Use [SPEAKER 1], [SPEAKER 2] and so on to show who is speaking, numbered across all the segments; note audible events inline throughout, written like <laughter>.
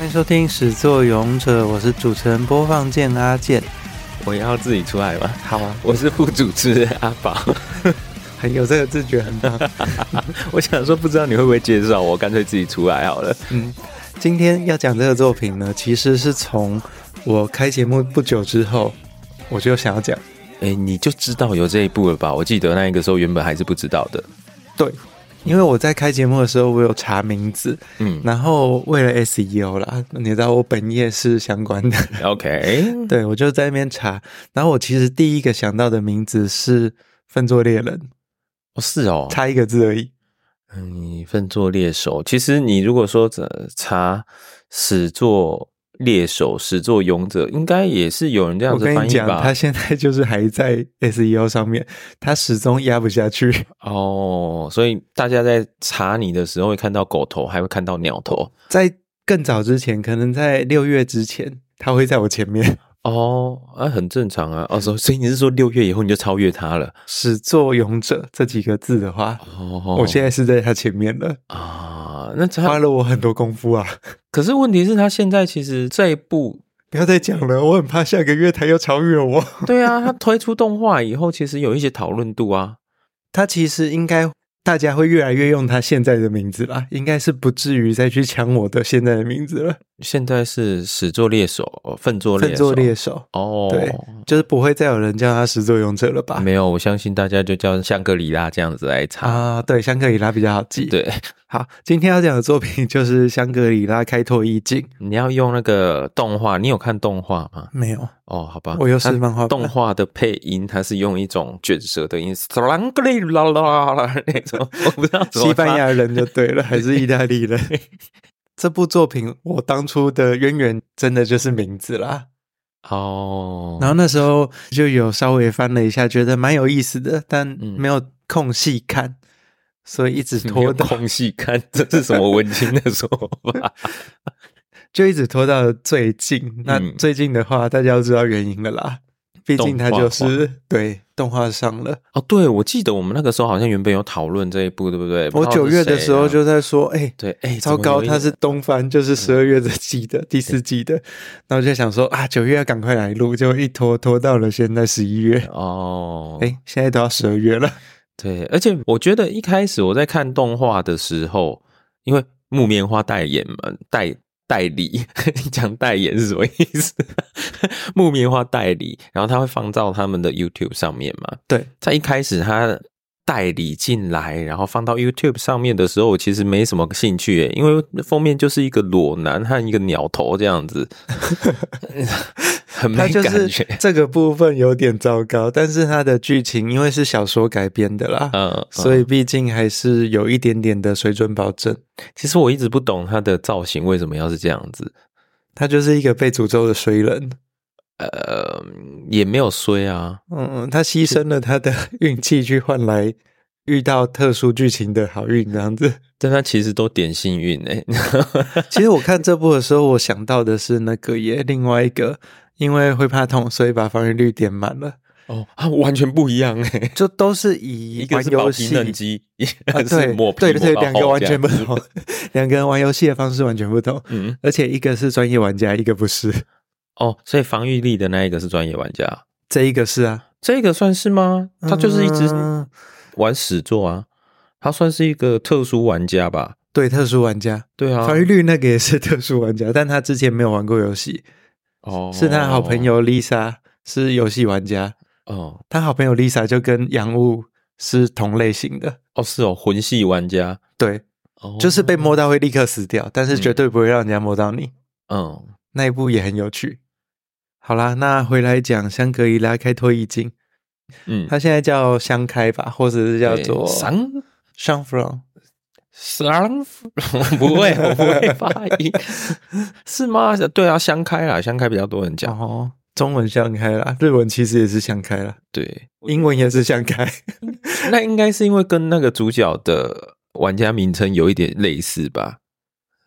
[SPEAKER 1] 迎收听《始作俑者》，我是主持人播放键阿健。
[SPEAKER 2] 我要自己出来吗？
[SPEAKER 1] 好啊，
[SPEAKER 2] 我是副主持人阿宝， <laughs>
[SPEAKER 1] 很有这个自觉，很棒。
[SPEAKER 2] 我想说不知道你会不会介绍我，干脆自己出来好了。
[SPEAKER 1] 嗯， <laughs> 今天要讲这个作品呢，其实是从我开节目不久之后，我就想要讲。
[SPEAKER 2] 哎、你就知道有这一步了吧？我记得那个时候原本还是不知道的。
[SPEAKER 1] 对，因为我在开节目的时候，我有查名字，
[SPEAKER 2] 嗯
[SPEAKER 1] 然后为了 SEO 啦，你知道我本业是相关的，
[SPEAKER 2] ，OK，
[SPEAKER 1] 对我就在那边查。然后我其实第一个想到的名字是《粪作猎人》，
[SPEAKER 2] 哦是哦，
[SPEAKER 1] 差一个字而已。
[SPEAKER 2] 嗯，粪作猎手。其实你如果说呃查始作猎手、始作俑者，应该也是有人这样
[SPEAKER 1] 我
[SPEAKER 2] 子
[SPEAKER 1] 跟
[SPEAKER 2] 翻
[SPEAKER 1] 你
[SPEAKER 2] 译
[SPEAKER 1] 讲，
[SPEAKER 2] 吧
[SPEAKER 1] 他？现在就是还在 SEO 上面，他始终压不下去。
[SPEAKER 2] 哦，所以大家在查你的时候会看到狗头，还会看到鸟头。
[SPEAKER 1] 在更早之前，可能在六月之前，他会在我前面。
[SPEAKER 2] 哦，啊，很正常啊。哦，所以所以你是说六月以后你就超越他了？
[SPEAKER 1] 始作俑者这几个字的话，
[SPEAKER 2] 哦，
[SPEAKER 1] 我现在是在他前面了，
[SPEAKER 2] 啊，那他
[SPEAKER 1] 花了我很多功夫啊！
[SPEAKER 2] 可是问题是，他现在其实这
[SPEAKER 1] <laughs>
[SPEAKER 2] 一部，
[SPEAKER 1] 不要再讲了，我很怕下个月他又超越我。
[SPEAKER 2] 对啊，他推出动画以后，其实有一些讨论度啊。
[SPEAKER 1] 他其实应该大家会越来越用他现在的名字吧，应该是不至于再去抢我的现在的名字了。
[SPEAKER 2] 现在是始作猎手，呃奋作猎
[SPEAKER 1] 粪
[SPEAKER 2] 手，
[SPEAKER 1] 作猎手，
[SPEAKER 2] 哦，
[SPEAKER 1] 对就是不会再有人叫他始作俑者了吧？
[SPEAKER 2] 没有，我相信大家就叫香格里拉这样子来查。
[SPEAKER 1] 啊，对，香格里拉比较好记。，
[SPEAKER 2] 对，
[SPEAKER 1] 好，今天要讲的作品就是《香格里拉开拓意境》。
[SPEAKER 2] 你要用那个动画，你有看动画吗？
[SPEAKER 1] 没有，
[SPEAKER 2] 哦，好吧，
[SPEAKER 1] 我又是
[SPEAKER 2] 它
[SPEAKER 1] 漫画版
[SPEAKER 2] 动画的配音，它是用一种卷舌的音， <laughs> 香格里拉啦啦那种， <laughs> 我不知道怎么
[SPEAKER 1] 西班
[SPEAKER 2] 发
[SPEAKER 1] 牙人就对
[SPEAKER 2] <laughs>
[SPEAKER 1] 了，还是意大利人？这部作品我当初的渊源真的就是名字啦。
[SPEAKER 2] 哦，
[SPEAKER 1] 然后那时候就有稍微翻了一下，觉得蛮有意思的，但
[SPEAKER 2] 嗯
[SPEAKER 1] 没有空细看，所以一直拖
[SPEAKER 2] 脱 <laughs>
[SPEAKER 1] 到
[SPEAKER 2] 空隙看，这是什么文青的说法？
[SPEAKER 1] 就一直拖到了最近。那
[SPEAKER 2] 嗯
[SPEAKER 1] 最近的话，大家都知道原因了啦，毕竟它就是对动画上了。
[SPEAKER 2] <laughs> 哦，对，我记得我们那个时候好像原本有讨论这一部，对不对？
[SPEAKER 1] 我
[SPEAKER 2] 不知道
[SPEAKER 1] 九
[SPEAKER 2] 是
[SPEAKER 1] 月的
[SPEAKER 2] 谁
[SPEAKER 1] 时候
[SPEAKER 2] 啊
[SPEAKER 1] 就在说，哎、
[SPEAKER 2] 对，哎、
[SPEAKER 1] 糟糕，它是东翻，就是十
[SPEAKER 2] 嗯
[SPEAKER 1] 二月的季的、第四季的，然后就想说啊，九月要赶快来录，就一拖拖到了现在十一月，
[SPEAKER 2] 哦，
[SPEAKER 1] 哎、现在都要十二月了，
[SPEAKER 2] 对，而且我觉得一开始我在看动画的时候，因为木棉花代言嘛，代代理， <laughs> 讲代言是什么意思？ <laughs> 木棉花代理，然后他会放到他们的 YouTube 上面嘛，
[SPEAKER 1] 对，
[SPEAKER 2] 在一开始他代理进来，然后放到 YouTube 上面的时候，我其实没什么兴趣耶，因为封面就是一个裸男和一个鸟头这
[SPEAKER 1] <laughs>
[SPEAKER 2] 样子，很
[SPEAKER 1] 它
[SPEAKER 2] 没
[SPEAKER 1] 就
[SPEAKER 2] 感
[SPEAKER 1] 是
[SPEAKER 2] 觉。
[SPEAKER 1] 这个部分有点糟糕，但是它的剧情因为是小说改编的啦，
[SPEAKER 2] 嗯，
[SPEAKER 1] 所
[SPEAKER 2] 以
[SPEAKER 1] 以毕竟还是有一点点的水准保证。
[SPEAKER 2] 其实我一直不懂他的造型为什么要是这样子，
[SPEAKER 1] 他就是一个被诅咒的衰人，
[SPEAKER 2] 呃，也没有衰啊，
[SPEAKER 1] 嗯，他牺牲了他的 <laughs> 运气去换来遇到特殊剧情的好运，这样子。
[SPEAKER 2] 但他其实都点幸运哎、
[SPEAKER 1] 其实我看这部的时候，我想到的是那个也另外一个，因为会怕痛，所以把防御率点满了，
[SPEAKER 2] 哦， <laughs> 啊，完全不一样哎、
[SPEAKER 1] 就都是以
[SPEAKER 2] 一个
[SPEAKER 1] 玩
[SPEAKER 2] 是
[SPEAKER 1] 游
[SPEAKER 2] 保平
[SPEAKER 1] 戏。
[SPEAKER 2] 嫩肌，一
[SPEAKER 1] 啊，
[SPEAKER 2] 个是
[SPEAKER 1] 对
[SPEAKER 2] 磨皮
[SPEAKER 1] 对
[SPEAKER 2] 磨
[SPEAKER 1] 对，
[SPEAKER 2] 到
[SPEAKER 1] 两个
[SPEAKER 2] 厚
[SPEAKER 1] 完
[SPEAKER 2] 这
[SPEAKER 1] 全
[SPEAKER 2] 样
[SPEAKER 1] 不
[SPEAKER 2] 子
[SPEAKER 1] 同， <laughs> 两个人玩游戏的方式完全不同，
[SPEAKER 2] 嗯，
[SPEAKER 1] 而且一个是专业玩家，一个不是。 <laughs>
[SPEAKER 2] 哦，所以防御力的那一个是专业玩家，
[SPEAKER 1] 这一个是啊，
[SPEAKER 2] 这个算是吗？他就是一直
[SPEAKER 1] 嗯
[SPEAKER 2] 玩始作啊，他算是一个特殊玩家吧？
[SPEAKER 1] 对特殊玩家，
[SPEAKER 2] 对啊，
[SPEAKER 1] 防御率那个也是特殊玩家，但他之前没有玩过游戏，
[SPEAKER 2] 哦
[SPEAKER 1] 是他好朋友 Lisa 是游戏玩家，
[SPEAKER 2] 哦
[SPEAKER 1] 他好朋友 Lisa 就跟杨雾是同类型的，
[SPEAKER 2] 哦是哦，魂系玩家
[SPEAKER 1] 对，
[SPEAKER 2] 哦，
[SPEAKER 1] 就是被摸到会立刻死掉，但是绝对不会让人家摸到你。
[SPEAKER 2] 嗯
[SPEAKER 1] 那一部也很有趣。好啦，那回来讲香格里拉开拓意境，
[SPEAKER 2] 嗯，
[SPEAKER 1] 它现在叫香开吧，或者是叫
[SPEAKER 2] 对
[SPEAKER 1] 做
[SPEAKER 2] 桑
[SPEAKER 1] Sun From，
[SPEAKER 2] 桑，不会，我不会发音， <laughs> 是吗？对啊，香开啦，香开比较多人讲，
[SPEAKER 1] 哦，中文香开啦，日文其实也是香开啦，
[SPEAKER 2] 对，
[SPEAKER 1] 英文也是香开。
[SPEAKER 2] 那应该是因为跟那个主角的玩家名称有一点类似吧，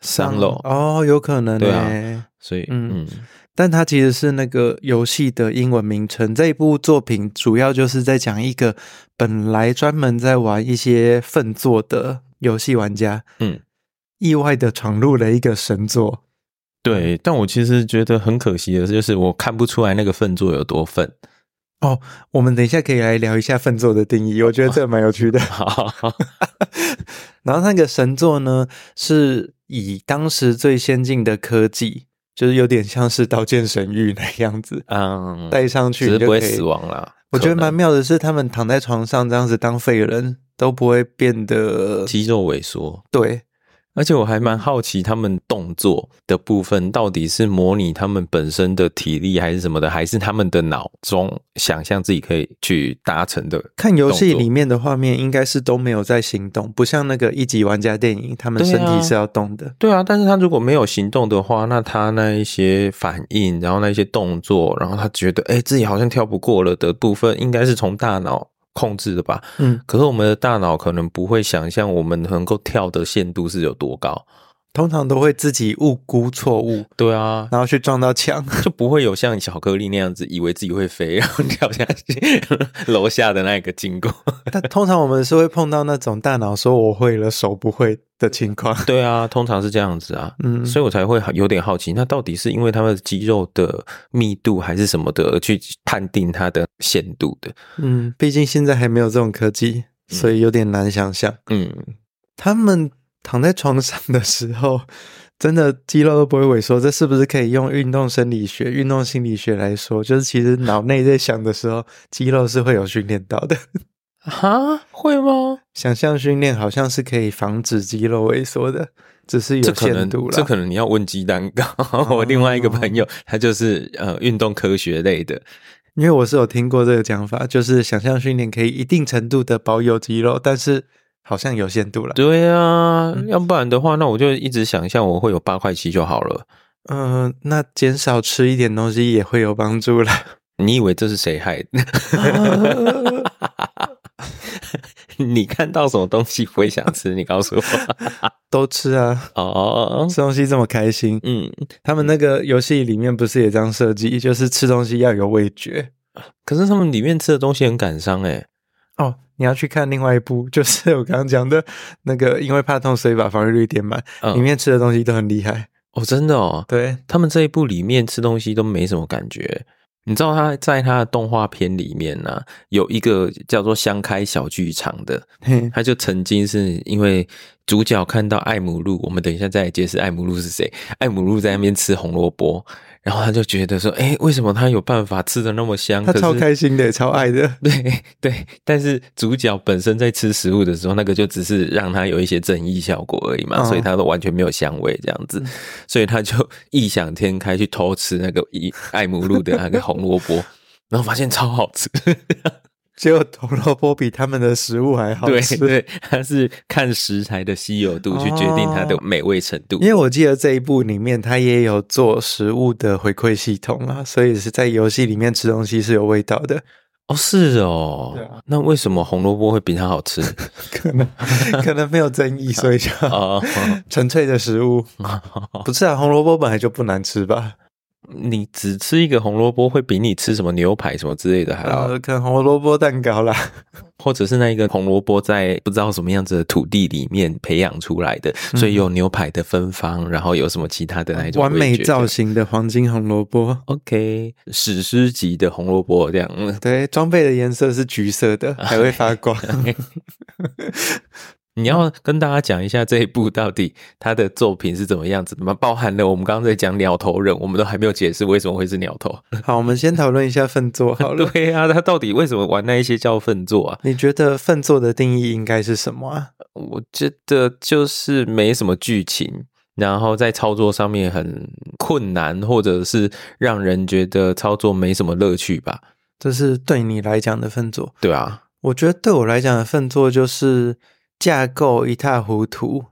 [SPEAKER 2] 桑喽，
[SPEAKER 1] 哦，有可能、欸、
[SPEAKER 2] 对啊所以
[SPEAKER 1] 嗯
[SPEAKER 2] 嗯
[SPEAKER 1] 但它其实是那个游戏的英文名称。这一部作品主要就是在讲一个本来专门在玩一些粪作的游戏玩家，
[SPEAKER 2] 嗯，
[SPEAKER 1] 意外的闯入了一个神作。
[SPEAKER 2] 对，但我其实觉得很可惜的是，就是我看不出来那个粪作有多 <laughs> 粪。
[SPEAKER 1] 哦，我们等一下可以来聊一下粪作的定义，我觉得这蛮有趣的。 <laughs>
[SPEAKER 2] 好，
[SPEAKER 1] 然后那个神作呢，是以当时最先进的科技，就是有点像是刀剑神域那样子，
[SPEAKER 2] 嗯，
[SPEAKER 1] 戴上去
[SPEAKER 2] 只
[SPEAKER 1] 你
[SPEAKER 2] 是
[SPEAKER 1] 就
[SPEAKER 2] 不
[SPEAKER 1] 可
[SPEAKER 2] 会
[SPEAKER 1] 以
[SPEAKER 2] 死。亡啦。
[SPEAKER 1] 我觉得
[SPEAKER 2] 可能
[SPEAKER 1] 蛮妙的是，他们躺在床上这样子当废人，都不会变得
[SPEAKER 2] 肌肉萎缩，
[SPEAKER 1] 对。
[SPEAKER 2] 而且我还蛮好奇他们动作的部分到底是模拟他们本身的体力还是什么的，还是他们的脑中想象自己可以去达成的。
[SPEAKER 1] 看游戏
[SPEAKER 2] 动作
[SPEAKER 1] 里面的画面，应该是都没有在行动，不像那个一级玩家电影，他们
[SPEAKER 2] 对
[SPEAKER 1] 身
[SPEAKER 2] 啊
[SPEAKER 1] 体是要动的。
[SPEAKER 2] 对啊，但是他如果没有行动的话，那他那一些反应，然后那一些动作，然后他觉得哎、诶自己好像跳不过了的部分，应该是从大脑控制的吧？
[SPEAKER 1] 嗯，
[SPEAKER 2] 可是我们的大脑可能不会想象我们能够跳的限度是有多高。
[SPEAKER 1] 通常都会自己误估错误，
[SPEAKER 2] 对啊，
[SPEAKER 1] 然后去撞到墙。
[SPEAKER 2] 就不会有像巧克力那样子，以为自己会飞，然后跳下去楼下的那个经过。
[SPEAKER 1] <laughs> 但通常我们是会碰到那种大脑说我会了，手不会的情 <laughs> 况。
[SPEAKER 2] <laughs> 对啊，通常是这样子啊，
[SPEAKER 1] 嗯，
[SPEAKER 2] 所以我才会有点好奇，那到底是因为他们的肌肉的密度还是什么的，而去判定它的限度的？
[SPEAKER 1] 嗯，毕竟现在还没有这种科技，所以有点难想象。
[SPEAKER 2] 嗯，
[SPEAKER 1] 他们躺在床上的时候，真的肌肉都不会萎缩，这是不是可以用运动生理学、运动心理学来说？就是其实脑内在想的时候，肌肉是会有训练到的。 <laughs>
[SPEAKER 2] 啊，会吗？
[SPEAKER 1] 想象训练好像是可以防止肌肉萎缩的，只是
[SPEAKER 2] 这
[SPEAKER 1] 有
[SPEAKER 2] 可
[SPEAKER 1] 限
[SPEAKER 2] 能
[SPEAKER 1] 度，啦。
[SPEAKER 2] 这可能你要问鸡蛋糕。 <laughs> 我另外一个朋友，他就是呃运动科学类的，
[SPEAKER 1] 因为我是有听过这个讲法，就是想象训练可以一定程度的保有肌肉，但是好像有限度了。
[SPEAKER 2] 对啊，要不然的话，那我就一直想象我会有八块七就好了。
[SPEAKER 1] 嗯、那减少吃一点东西也会有帮助啦。 <laughs>
[SPEAKER 2] 你以为这是谁害的？ <laughs> 你看到什么东西不会想吃？你告诉我。
[SPEAKER 1] 都吃啊，
[SPEAKER 2] 哦，
[SPEAKER 1] 吃东西这么开心。
[SPEAKER 2] 嗯，
[SPEAKER 1] 他们那个游戏里面不是也这样设计，就是吃东西要有味觉
[SPEAKER 2] 可是他们里面吃的东西很感伤哎。
[SPEAKER 1] 哦。你要去看另外一部，就是我刚刚讲的那个，因为怕痛所以把防御率点满，
[SPEAKER 2] 嗯
[SPEAKER 1] 里面吃的东西都很厉害。
[SPEAKER 2] 哦，真的
[SPEAKER 1] <laughs>
[SPEAKER 2] 哦，
[SPEAKER 1] 对，
[SPEAKER 2] 他们这一部里面吃东西都没什么感觉。你知道他在他的动画片里面呢、有一个叫做香开小剧场的，
[SPEAKER 1] 嘿，
[SPEAKER 2] 他就曾经是因为主角看到艾姆露，我们等一下再来解释艾姆露是谁。艾姆露在那边吃红萝卜，然后他就觉得说，哎、为什么他有办法吃的那么香？
[SPEAKER 1] 他
[SPEAKER 2] 可是
[SPEAKER 1] 超开心的，超爱 <laughs> 的。
[SPEAKER 2] <laughs> 对对，但是主角本身在吃食物的时候，那个就只是让他有一些正义效果而已嘛，
[SPEAKER 1] 哦嗯
[SPEAKER 2] 所以他都完全没有香味这样子，所以他就异想天开去偷吃那个一爱母鹿的那个红萝卜，然后发现超好吃。
[SPEAKER 1] 结果红萝卜比他们的食物还好
[SPEAKER 2] 对
[SPEAKER 1] 吃。
[SPEAKER 2] 对， <laughs> 他是看食材的稀有度去决定它的
[SPEAKER 1] 哦
[SPEAKER 2] 美味程度。
[SPEAKER 1] 因为我记得这一部里面，它也有做食物的回馈系统啦，所以是在游戏里面吃东西是有味道的，
[SPEAKER 2] 哦，是哦，
[SPEAKER 1] 对啊
[SPEAKER 2] 那为什么红萝卜会比它好吃？
[SPEAKER 1] 可 <laughs> 能可能没有争议，所以就
[SPEAKER 2] <laughs> 哦，
[SPEAKER 1] 纯粹的食物。不是啊，红萝卜本来就不难吃吧？
[SPEAKER 2] <laughs> 你只吃一个红萝卜，会比你吃什么牛排什么之类的还要
[SPEAKER 1] 呃，可能红萝卜蛋糕啦，
[SPEAKER 2] 或者是那一个红萝卜在不知道什么样子的土地里面培养出来的，所以有牛排的芬芳，然后有什么其他的那一种
[SPEAKER 1] 完美
[SPEAKER 2] 味觉
[SPEAKER 1] 造。型的黄金红萝卜。
[SPEAKER 2] OK，史诗级的红萝卜这样，嗯
[SPEAKER 1] 对，装备的颜色是橘色
[SPEAKER 2] <laughs>
[SPEAKER 1] 的，还会发光。
[SPEAKER 2] 你要跟大家讲一下这一部到底它的作品是怎么样子的吗？包含了我们刚刚在讲鸟头人，我们都还没有解释为什么会是鸟头。
[SPEAKER 1] 好，我们先讨论一下粪作好
[SPEAKER 2] <laughs>
[SPEAKER 1] 了。
[SPEAKER 2] 对啊，他到底为什么玩那一些叫粪作啊？
[SPEAKER 1] 你觉得粪作的定义应该是什么啊？
[SPEAKER 2] 我觉得就是没什么剧情，然后在操作上面很困难，或者是让人觉得操作没什么乐趣吧？
[SPEAKER 1] 这是对你来讲的粪作。
[SPEAKER 2] 对啊，
[SPEAKER 1] 我觉得对我来讲的粪作就是架构一塌糊涂，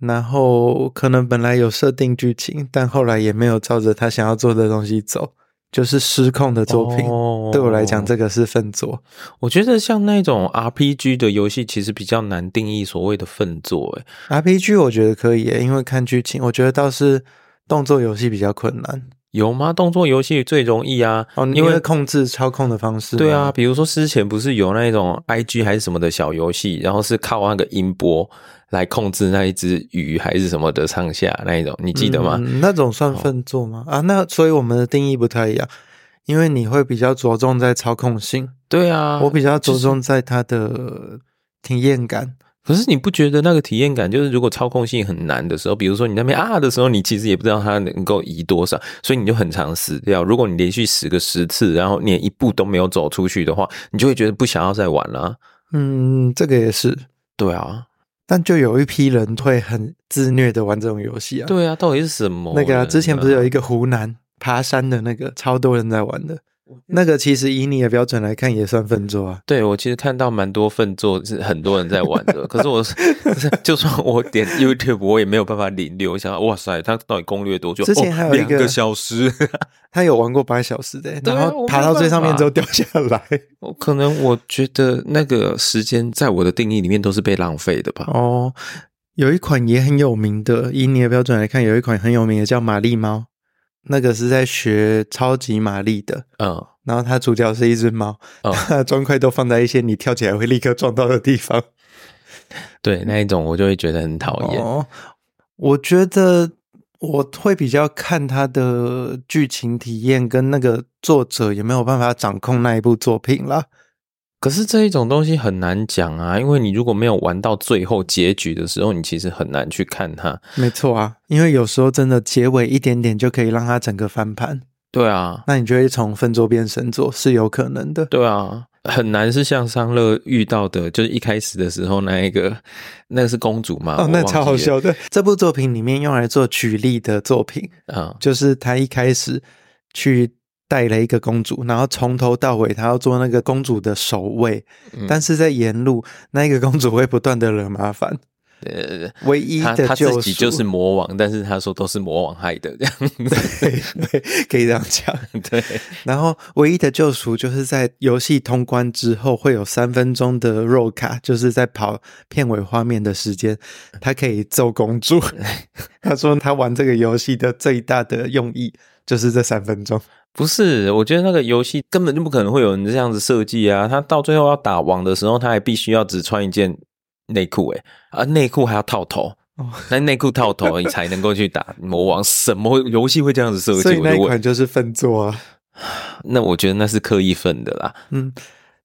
[SPEAKER 1] 然后可能本来有设定剧情，但后来也没有照着他想要做的东西走，就是失控的 <laughs> 作品。
[SPEAKER 2] 哦
[SPEAKER 1] 对我来讲，这个是粪作。
[SPEAKER 2] 我觉得像那种 RPG 的游戏，其实比较难定义所谓的粪作。欸诶
[SPEAKER 1] RPG 我觉得可以耶，因为看剧情，我觉得倒是动作游戏比较困难。
[SPEAKER 2] 有吗？动作游戏最容易啊，
[SPEAKER 1] 哦，
[SPEAKER 2] 因
[SPEAKER 1] 因
[SPEAKER 2] 为
[SPEAKER 1] 为控制操控的方式，
[SPEAKER 2] 对啊，，比如说之前不是有那种 I G 还是什么的小游戏，然后是靠那个音波来控制那一只鱼还是什么的上下那一种，你记得吗？哦
[SPEAKER 1] 嗯那种算分作吗？啊，那所以我们的定义不太一样，因为你会比较着重在操控性，
[SPEAKER 2] 对啊，
[SPEAKER 1] 我比较着重在它的体验感。
[SPEAKER 2] 可是你不觉得那个体验感，就是如果操控性很难的时候，比如说你那边啊的时候，你其实也不知道它能够移多少，所以你就很常死掉。如果你连续死个十次，然后你也一步都没有走出去的话，你就会觉得不想要再玩了、啊
[SPEAKER 1] 嗯，这个也是，
[SPEAKER 2] 对啊，
[SPEAKER 1] 但就有一批人会很自虐的玩这种游戏啊。，
[SPEAKER 2] 对啊，到底是什么人
[SPEAKER 1] 那
[SPEAKER 2] 啊、
[SPEAKER 1] 个、啊、之前不是有一个湖南爬山的那个，超多人在玩的。那个其实以你的标准来看也算分作啊，
[SPEAKER 2] 对，我其实看到蛮多份作是很多人在玩的，可是 <laughs> 我就算我点 YouTube，我也没有办法领略。我想，哇塞，他到底攻略多久？
[SPEAKER 1] 之前还有
[SPEAKER 2] 哦、
[SPEAKER 1] 一
[SPEAKER 2] 两
[SPEAKER 1] 个
[SPEAKER 2] 个小时， <laughs>
[SPEAKER 1] 他有玩过八小时的、
[SPEAKER 2] 对啊
[SPEAKER 1] 然
[SPEAKER 2] 我
[SPEAKER 1] 后
[SPEAKER 2] 没
[SPEAKER 1] 爬到最上面
[SPEAKER 2] 办法
[SPEAKER 1] 之后掉下来。
[SPEAKER 2] <laughs> 我可能我觉得那个时间在我的定义里面都是被浪费的吧。
[SPEAKER 1] 哦，有一款也很有名的，以你的标准来看，有一款很有名的叫《玛丽猫》，那个是在学超级玛丽的。
[SPEAKER 2] 嗯，
[SPEAKER 1] 然后它主角是一只猫，
[SPEAKER 2] 哦
[SPEAKER 1] <laughs> 它的砖块都放在一些你跳起来会立刻撞到的地方。
[SPEAKER 2] 对，那一种我就会觉得很讨厌。
[SPEAKER 1] 哦，我觉得我会比较看它的剧情体验跟那个作者有没有办法掌控那一部作品啦。
[SPEAKER 2] 可是这一种东西很难讲啊，因为你如果没有玩到最后结局的时候，你其实很难去看它。
[SPEAKER 1] 没错啊，因为有时候真的结尾一点点就可以让它整个翻盘，
[SPEAKER 2] 对啊，
[SPEAKER 1] 那你就会从分作变神作是有可能的。
[SPEAKER 2] 对啊，很难是像商乐遇到的，就是一开始的时候那一个，那个是公主嘛？
[SPEAKER 1] 哦，那
[SPEAKER 2] 啊我忘记
[SPEAKER 1] 超好
[SPEAKER 2] 了
[SPEAKER 1] 笑的。这部作品里面用来做举例的作品，
[SPEAKER 2] 啊、
[SPEAKER 1] 就是他一开始去带了一个公主，然后从头到尾他要做那个公主的守卫，
[SPEAKER 2] 嗯
[SPEAKER 1] 但是在沿路那个公主会不断的惹麻烦。
[SPEAKER 2] 呃，
[SPEAKER 1] 唯一
[SPEAKER 2] 他
[SPEAKER 1] 的
[SPEAKER 2] 他
[SPEAKER 1] 救
[SPEAKER 2] 自
[SPEAKER 1] 赎
[SPEAKER 2] 己就是魔王，但是他说都是魔王害的这样子。
[SPEAKER 1] 对对，可以这样讲。
[SPEAKER 2] <laughs> 对，
[SPEAKER 1] 然后唯一的救赎就是在游戏通关之后会有三分钟的肉卡，就是在跑片尾画面的时间，他可以揍公主。 <laughs> 他说他玩这个游戏的最大的用意就是这三分钟。
[SPEAKER 2] 不是，我觉得那个游戏根本就不可能会有人这样子设计啊！他到最后要打王的时候，他还必须要只穿一件内裤、欸，啊，内裤还要套头
[SPEAKER 1] 哦。
[SPEAKER 2] 那内裤套头，你才能够去打魔王。什么游戏会这样子设
[SPEAKER 1] 所
[SPEAKER 2] 计？
[SPEAKER 1] 以
[SPEAKER 2] 我
[SPEAKER 1] 那
[SPEAKER 2] 就
[SPEAKER 1] 一
[SPEAKER 2] 问，
[SPEAKER 1] 款就是分作啊，
[SPEAKER 2] 那我觉得那是刻意分的啦。
[SPEAKER 1] 嗯，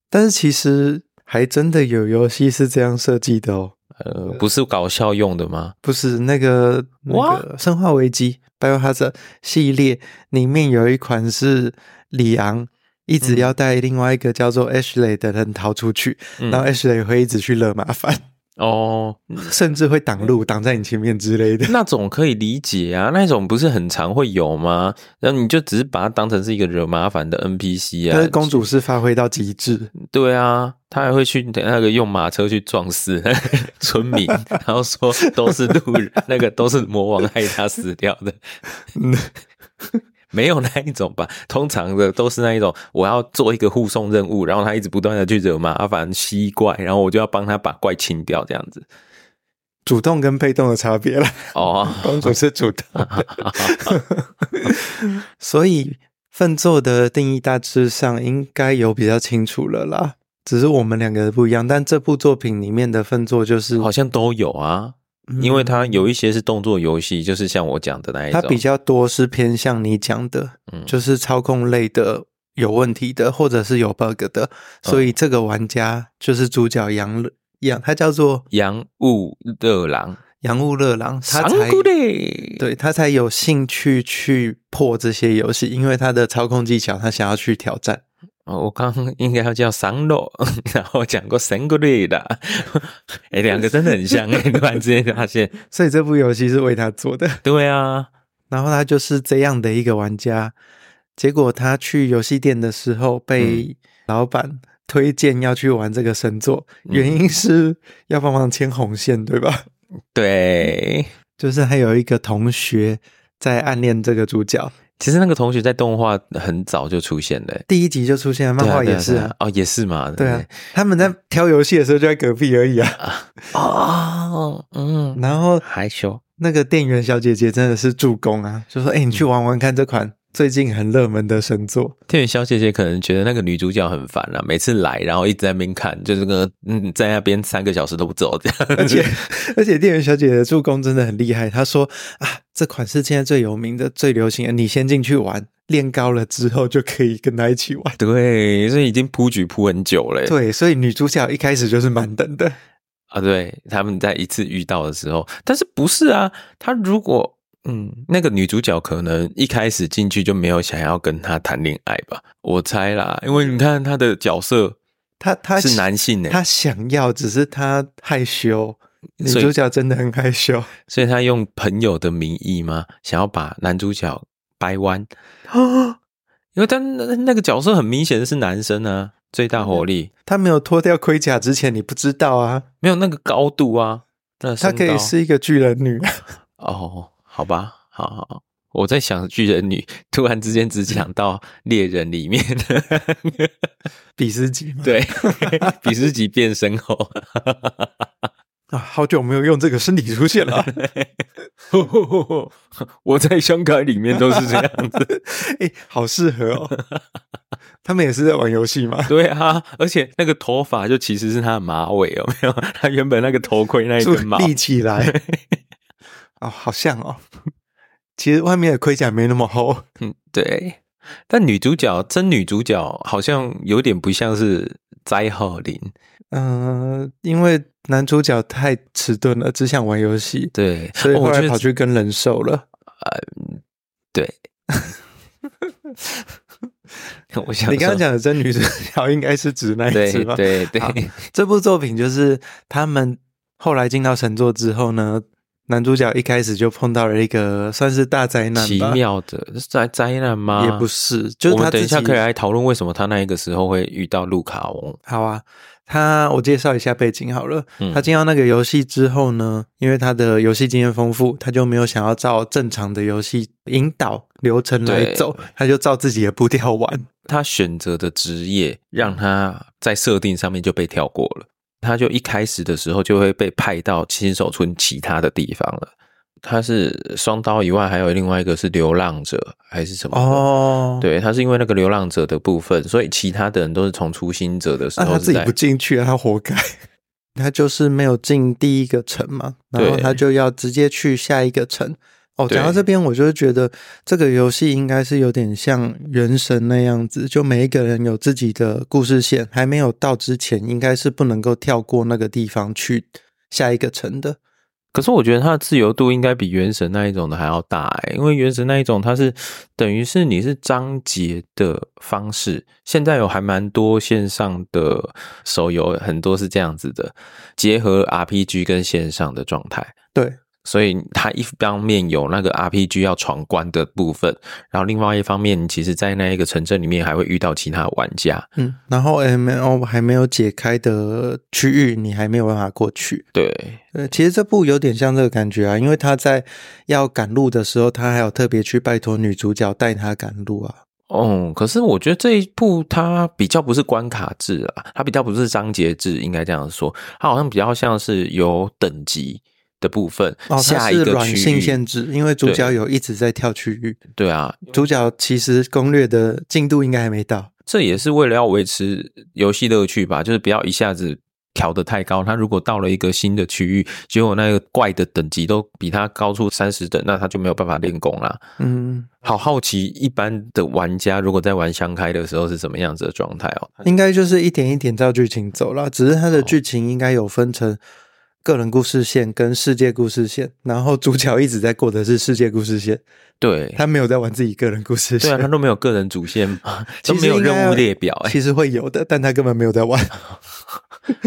[SPEAKER 1] 但是其实还真的有游戏是这样设计的哦，
[SPEAKER 2] 呃，不是搞笑用的吗？
[SPEAKER 1] 不是那个那
[SPEAKER 2] 哇
[SPEAKER 1] 个《生化危机》（Biohazard） 系列里面有一款是里昂一直要带另外一个叫做 Ashley 的人逃出去，
[SPEAKER 2] 嗯
[SPEAKER 1] 然后 Ashley 会一直去惹麻烦， <laughs>
[SPEAKER 2] 哦，
[SPEAKER 1] 甚至会挡
[SPEAKER 2] 嗯
[SPEAKER 1] 路挡在你前面之类的。
[SPEAKER 2] 那种可以理解啊， <laughs> 那种不是很常会有吗？然后你就只是把它当成是一个惹麻烦的 NPC
[SPEAKER 1] 但
[SPEAKER 2] 啊
[SPEAKER 1] 是。公主是发挥到极致，
[SPEAKER 2] 对啊，他还会去那个用马车去撞死 <laughs> 村民，
[SPEAKER 1] <laughs>
[SPEAKER 2] 然后说都是路人， <laughs> 那个都是魔王害他死掉
[SPEAKER 1] <laughs>
[SPEAKER 2] 的。没有那一种吧，通常的都是那一种，我要做一个护送任务，然后他一直不断的去惹麻烦、吸怪，然后我就要帮他把怪清掉，这样子。
[SPEAKER 1] 主动跟被动的差别啦。
[SPEAKER 2] 哦，
[SPEAKER 1] 公主是主动的， <laughs> 所以奋斗的定义大致上应该有比较清楚了啦。只是我们两个不一样，但这部作品里面的奋斗就是，嗯
[SPEAKER 2] 好像都有啊，因为它有一些是动作游戏，就是像我讲的那一
[SPEAKER 1] 它
[SPEAKER 2] 种，
[SPEAKER 1] 比较多是偏向你讲的，
[SPEAKER 2] 嗯
[SPEAKER 1] 就是操控类的有问题的，或者是有 bug 的，所
[SPEAKER 2] 嗯
[SPEAKER 1] 以这个玩家就是主角杨乐杨，他叫做
[SPEAKER 2] 洋务热狼，
[SPEAKER 1] 杨务乐郎，他
[SPEAKER 2] 长
[SPEAKER 1] 才
[SPEAKER 2] 谷嘞，
[SPEAKER 1] 对他才有兴趣去破这些游戏，因为他的操控技巧，他想要去挑战。
[SPEAKER 2] 哦，我刚刚应该要叫桑洛， <laughs> 然后讲过神谷类的， <laughs> 哎，两个真的很像哎，突然之间发现，
[SPEAKER 1] 所以这部游戏是为他做的。 <laughs>
[SPEAKER 2] 对啊，
[SPEAKER 1] 然后他就是这样的一个玩家，结果他去游戏店的时候被老板推荐要去玩这个神作，
[SPEAKER 2] 嗯
[SPEAKER 1] 原因是要帮忙牵红线，对吧？ <laughs>
[SPEAKER 2] 对，
[SPEAKER 1] 就是他有一个同学在暗恋这个主角，
[SPEAKER 2] 其实那个同学在动画很早就出现了欸，
[SPEAKER 1] 第一集就出现了，漫
[SPEAKER 2] 对啊
[SPEAKER 1] 画
[SPEAKER 2] 对
[SPEAKER 1] 也
[SPEAKER 2] 啊
[SPEAKER 1] 是
[SPEAKER 2] 对啊，哦，也是嘛，
[SPEAKER 1] 对
[SPEAKER 2] 不
[SPEAKER 1] 啊，他们在挑游戏的时候就在隔壁而已啊。
[SPEAKER 2] 对，哦，嗯，
[SPEAKER 1] 然后
[SPEAKER 2] 害羞，嗯
[SPEAKER 1] 那个店员小姐姐真的是助攻啊，就说：“哎、你去玩玩看这款最近很热门的神
[SPEAKER 2] <laughs>
[SPEAKER 1] 作。
[SPEAKER 2] 天元宵姐姐可能觉得那个女主角很烦啊，每次来然后一直在那边看，就是个嗯在那边三个小时都不走这样，
[SPEAKER 1] 而且而且店员小姐的助攻真的很厉害，她说啊，这款是现在最有名的、最流行的，你先进去玩，练高了之后就可以跟她一起玩。
[SPEAKER 2] <laughs> 对，所以已经铺局铺很久了耶。
[SPEAKER 1] 对，所以女主角一开始就是满等的。
[SPEAKER 2] 啊，对，他们在一次遇到的时候，但是不是啊？他如果嗯，那个女主角可能一开始进去就没有想要跟他谈恋爱吧，我猜啦，因为你看他的角色
[SPEAKER 1] 她 <laughs> 她
[SPEAKER 2] 是男性欸呢、
[SPEAKER 1] 她想要，只是她害羞。女
[SPEAKER 2] 所以
[SPEAKER 1] 主角真的很害
[SPEAKER 2] <laughs>
[SPEAKER 1] 羞。
[SPEAKER 2] 所以他用朋友的名义吗？想要把男主角掰弯，因为他那那个角色很明显是男生啊，最大火力
[SPEAKER 1] 她没有脱掉盔甲之前，你不知道啊，
[SPEAKER 2] 没有那个高度啊，那
[SPEAKER 1] 她
[SPEAKER 2] 身
[SPEAKER 1] 可以
[SPEAKER 2] 高
[SPEAKER 1] 是一个巨人女。啊
[SPEAKER 2] 哦，好吧，好好。好我在想巨人女，突然之间只想到猎人里面，
[SPEAKER 1] 比斯吉吗？
[SPEAKER 2] <laughs> 对， <laughs> 比斯吉变身后，
[SPEAKER 1] 啊，好久没有用这个身体出现了。
[SPEAKER 2] <laughs>
[SPEAKER 1] 啊
[SPEAKER 2] <laughs> 我在香港里面都是这样子。
[SPEAKER 1] 哎、好适合哦。他们也是在玩游戏吗？
[SPEAKER 2] <laughs> 对啊，而且那个头发就其实是他的马尾，有没有？他原本那个头盔那一
[SPEAKER 1] 就
[SPEAKER 2] 根毛，
[SPEAKER 1] 立起
[SPEAKER 2] <laughs>
[SPEAKER 1] 来。哦，好像哦。其实外面的盔甲没那么厚，
[SPEAKER 2] 嗯，对。但女主角真女主角好像有点不像是斋浩林，
[SPEAKER 1] 嗯、因为男主角太迟钝了，只想玩游戏，
[SPEAKER 2] 对，
[SPEAKER 1] 所以
[SPEAKER 2] 哦
[SPEAKER 1] 后
[SPEAKER 2] 我觉
[SPEAKER 1] 来
[SPEAKER 2] 得
[SPEAKER 1] 跑去跟人兽了。
[SPEAKER 2] 对。 <laughs> 我想
[SPEAKER 1] 你刚刚
[SPEAKER 2] 说
[SPEAKER 1] 讲的真女主角应该是指那一只
[SPEAKER 2] 对
[SPEAKER 1] 吧？
[SPEAKER 2] 对对
[SPEAKER 1] 好这部作品就是他们后来进到神作之后呢，男主角一开始就碰到了一个算是大灾难吧，
[SPEAKER 2] 奇妙的是灾灾难吗？
[SPEAKER 1] 也不
[SPEAKER 2] 是，
[SPEAKER 1] 是，就是
[SPEAKER 2] 啊我
[SPEAKER 1] 他
[SPEAKER 2] 们等一
[SPEAKER 1] 自己
[SPEAKER 2] 下可以来讨论为什么他那一个时候会遇到路卡翁。
[SPEAKER 1] 好啊，他我介绍一下背景好了。
[SPEAKER 2] 嗯
[SPEAKER 1] 他进到那个游戏之后呢，因为他的游戏经验丰富，他就没有想要照正常的游戏引导流程来
[SPEAKER 2] 对
[SPEAKER 1] 走，他就照自己的步调玩。
[SPEAKER 2] 他选择的职业让他在设定上面就被跳过了，他就一开始的时候就会被派到新手村其他的地方了。他是双刀以外，还有另外一个是流浪者还是什么？，
[SPEAKER 1] 哦，，
[SPEAKER 2] 对，他是因为那个流浪者的部分，所以其他的人都是从初心者的时
[SPEAKER 1] 那
[SPEAKER 2] 候
[SPEAKER 1] 他自
[SPEAKER 2] 是
[SPEAKER 1] 己
[SPEAKER 2] 在
[SPEAKER 1] 不进去啊，他活该。 <laughs> 他就是没有进第一个城嘛，然后
[SPEAKER 2] 对
[SPEAKER 1] 他就要直接去下一个城。哦，
[SPEAKER 2] 对
[SPEAKER 1] 讲到这边，我就觉得这个游戏应该是有点像《原神》那样子，就每一个人有自己的故事线，还没有到之前，应该是不能够跳过那个地方去下一个城的。
[SPEAKER 2] 可是我觉得它的自由度应该比原神那一种的还要大、欸，因为原神那一种它是等于是你是章节的方式，现在有还蛮多线上的手游，很多是这样子的，结合 RPG 跟线上的状态。
[SPEAKER 1] 对，
[SPEAKER 2] 所以它一方面有那个 RPG 要闯关的部分，然后另外一方面，你其实，在那一个城镇里面还会遇到其他玩家。
[SPEAKER 1] 嗯，然后 M O 还没有解开的区域，你还没有办法过去。
[SPEAKER 2] 对，
[SPEAKER 1] 对，其实这部有点像这个感觉啊，因为他在要赶路的时候，他还有特别去拜托女主角带他赶路啊。
[SPEAKER 2] 哦，可是我觉得这一部它比较不是关卡制啊，它比较不是章节制，应该这样说，它好像比较像是有等级的部分，
[SPEAKER 1] 哦，它
[SPEAKER 2] 下一
[SPEAKER 1] 是
[SPEAKER 2] 个
[SPEAKER 1] 软
[SPEAKER 2] 区
[SPEAKER 1] 性限
[SPEAKER 2] 域，
[SPEAKER 1] 制，因为主角有一直在跳区域，
[SPEAKER 2] 对啊，
[SPEAKER 1] 主角其实攻略的进度应该还没到。
[SPEAKER 2] 这也是为了要维持游戏乐趣吧，就是不要一下子调得太高。它如果到了一个新的区域，结果那个怪的等级都比它高出三十等，那它就没有办法练功啦。
[SPEAKER 1] 嗯，
[SPEAKER 2] 好好奇，一般的玩家如果在玩相开的时候是什么样子的状态哦？
[SPEAKER 1] 嗯应该就是一点一点照剧情走啦，只是它的剧情应该有分成个人故事线跟世界故事线，然后主角一直在过的是世界故事线，
[SPEAKER 2] 对，
[SPEAKER 1] 他没有在玩自己个人故事
[SPEAKER 2] 对啊，
[SPEAKER 1] 线。
[SPEAKER 2] 他都没有个人
[SPEAKER 1] <laughs>
[SPEAKER 2] 主线嘛，
[SPEAKER 1] 啊其
[SPEAKER 2] 都
[SPEAKER 1] 实
[SPEAKER 2] 没有
[SPEAKER 1] 应该
[SPEAKER 2] 任务列表、哎，
[SPEAKER 1] 其实会有的，但他根本没有在
[SPEAKER 2] <laughs>
[SPEAKER 1] 玩。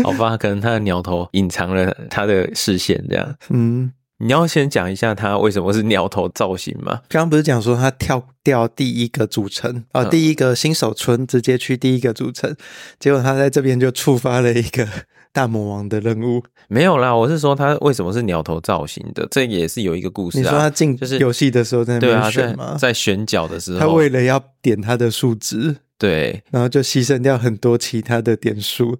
[SPEAKER 2] 好吧，可能他的鸟头隐藏了他的视线，这样。
[SPEAKER 1] 嗯，
[SPEAKER 2] 你要先讲一下他为什么是鸟头造型吗？
[SPEAKER 1] 刚刚不是讲说他跳掉第一个主城啊、呃
[SPEAKER 2] 嗯
[SPEAKER 1] 第一个新手村直接去第一个主城，结果他在这边就触发了一个大魔王的任务。
[SPEAKER 2] 没有啦，我是说他为什么是鸟头造型的，这也是有一个故事啊。
[SPEAKER 1] 你说他进
[SPEAKER 2] 就是
[SPEAKER 1] 游戏的时候在那
[SPEAKER 2] 对啊，
[SPEAKER 1] 边
[SPEAKER 2] 在
[SPEAKER 1] 选吗？
[SPEAKER 2] 在选角的时候，
[SPEAKER 1] 他为了要点他的数值，
[SPEAKER 2] 对
[SPEAKER 1] 然后就牺牲掉很多其他的点数。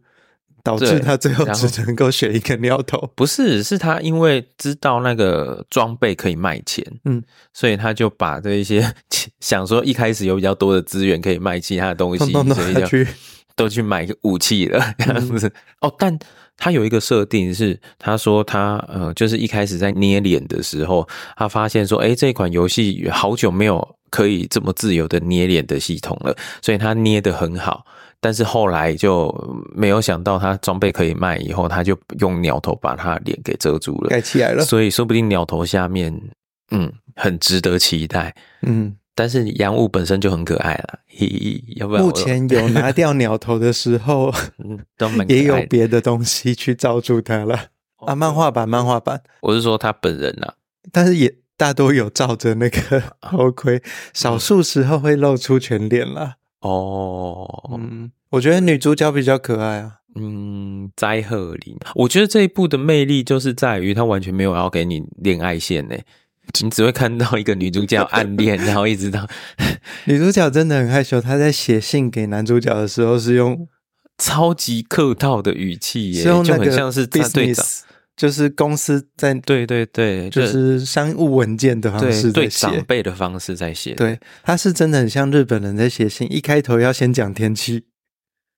[SPEAKER 1] 导致
[SPEAKER 2] 对
[SPEAKER 1] 他最后
[SPEAKER 2] 然后
[SPEAKER 1] 只能够选一个尿头。
[SPEAKER 2] 不是，是他因为知道那个装备可以卖钱，
[SPEAKER 1] 嗯，
[SPEAKER 2] 所以他就把这一些 <laughs> 想说一开始有比较多的资源可以卖其他的东西，
[SPEAKER 1] 通通都
[SPEAKER 2] 所以
[SPEAKER 1] 拿
[SPEAKER 2] 就
[SPEAKER 1] 去
[SPEAKER 2] 都去买个武器了，
[SPEAKER 1] 嗯
[SPEAKER 2] 这样子。哦，但他有一个设定是，他说他呃，就是一开始在捏脸的时候，他发现说，哎，这款游戏好久没有可以这么自由的捏脸的系统了，所以他捏得很好。但是后来就没有想到，他装备可以卖，以后他就用鸟头把他脸给遮住了
[SPEAKER 1] 盖，起来了。
[SPEAKER 2] 所以说不定鸟头下面，嗯，很值得期待。
[SPEAKER 1] 嗯，
[SPEAKER 2] 但是洋务本身就很可爱了，嘿嘿，要不然
[SPEAKER 1] 目
[SPEAKER 2] 我
[SPEAKER 1] 前有拿掉鸟头的时候，
[SPEAKER 2] <laughs> 嗯都蛮可爱
[SPEAKER 1] 也有
[SPEAKER 2] 的
[SPEAKER 1] 别的东西去罩住它了啊，漫画版，漫画版，
[SPEAKER 2] 我是说他本人啊，
[SPEAKER 1] 但是也大多有罩着那
[SPEAKER 2] <laughs>
[SPEAKER 1] 个头盔，少数时候会露出全脸啦。
[SPEAKER 2] 哦，
[SPEAKER 1] 嗯，我觉得女主角比较可爱啊。
[SPEAKER 2] 嗯，灾鹤林，我觉得这一部的魅力就是在于它完全没有要给你恋爱线呢，你只会看到一个女主角暗恋，然后一直到
[SPEAKER 1] 女主角真的很害羞，她在写信给男主角的时候是用
[SPEAKER 2] 超级客套的语气耶，
[SPEAKER 1] 是用
[SPEAKER 2] 就
[SPEAKER 1] 那
[SPEAKER 2] 很
[SPEAKER 1] 个
[SPEAKER 2] 像是他队长，
[SPEAKER 1] business，就是公司在
[SPEAKER 2] 对对对，
[SPEAKER 1] 就是商务文件的方
[SPEAKER 2] 对
[SPEAKER 1] 式
[SPEAKER 2] 对
[SPEAKER 1] 在
[SPEAKER 2] 长
[SPEAKER 1] 写。
[SPEAKER 2] 辈的方式在写，，
[SPEAKER 1] 对，她是真的很像日本人在写信，一开头要先讲天气，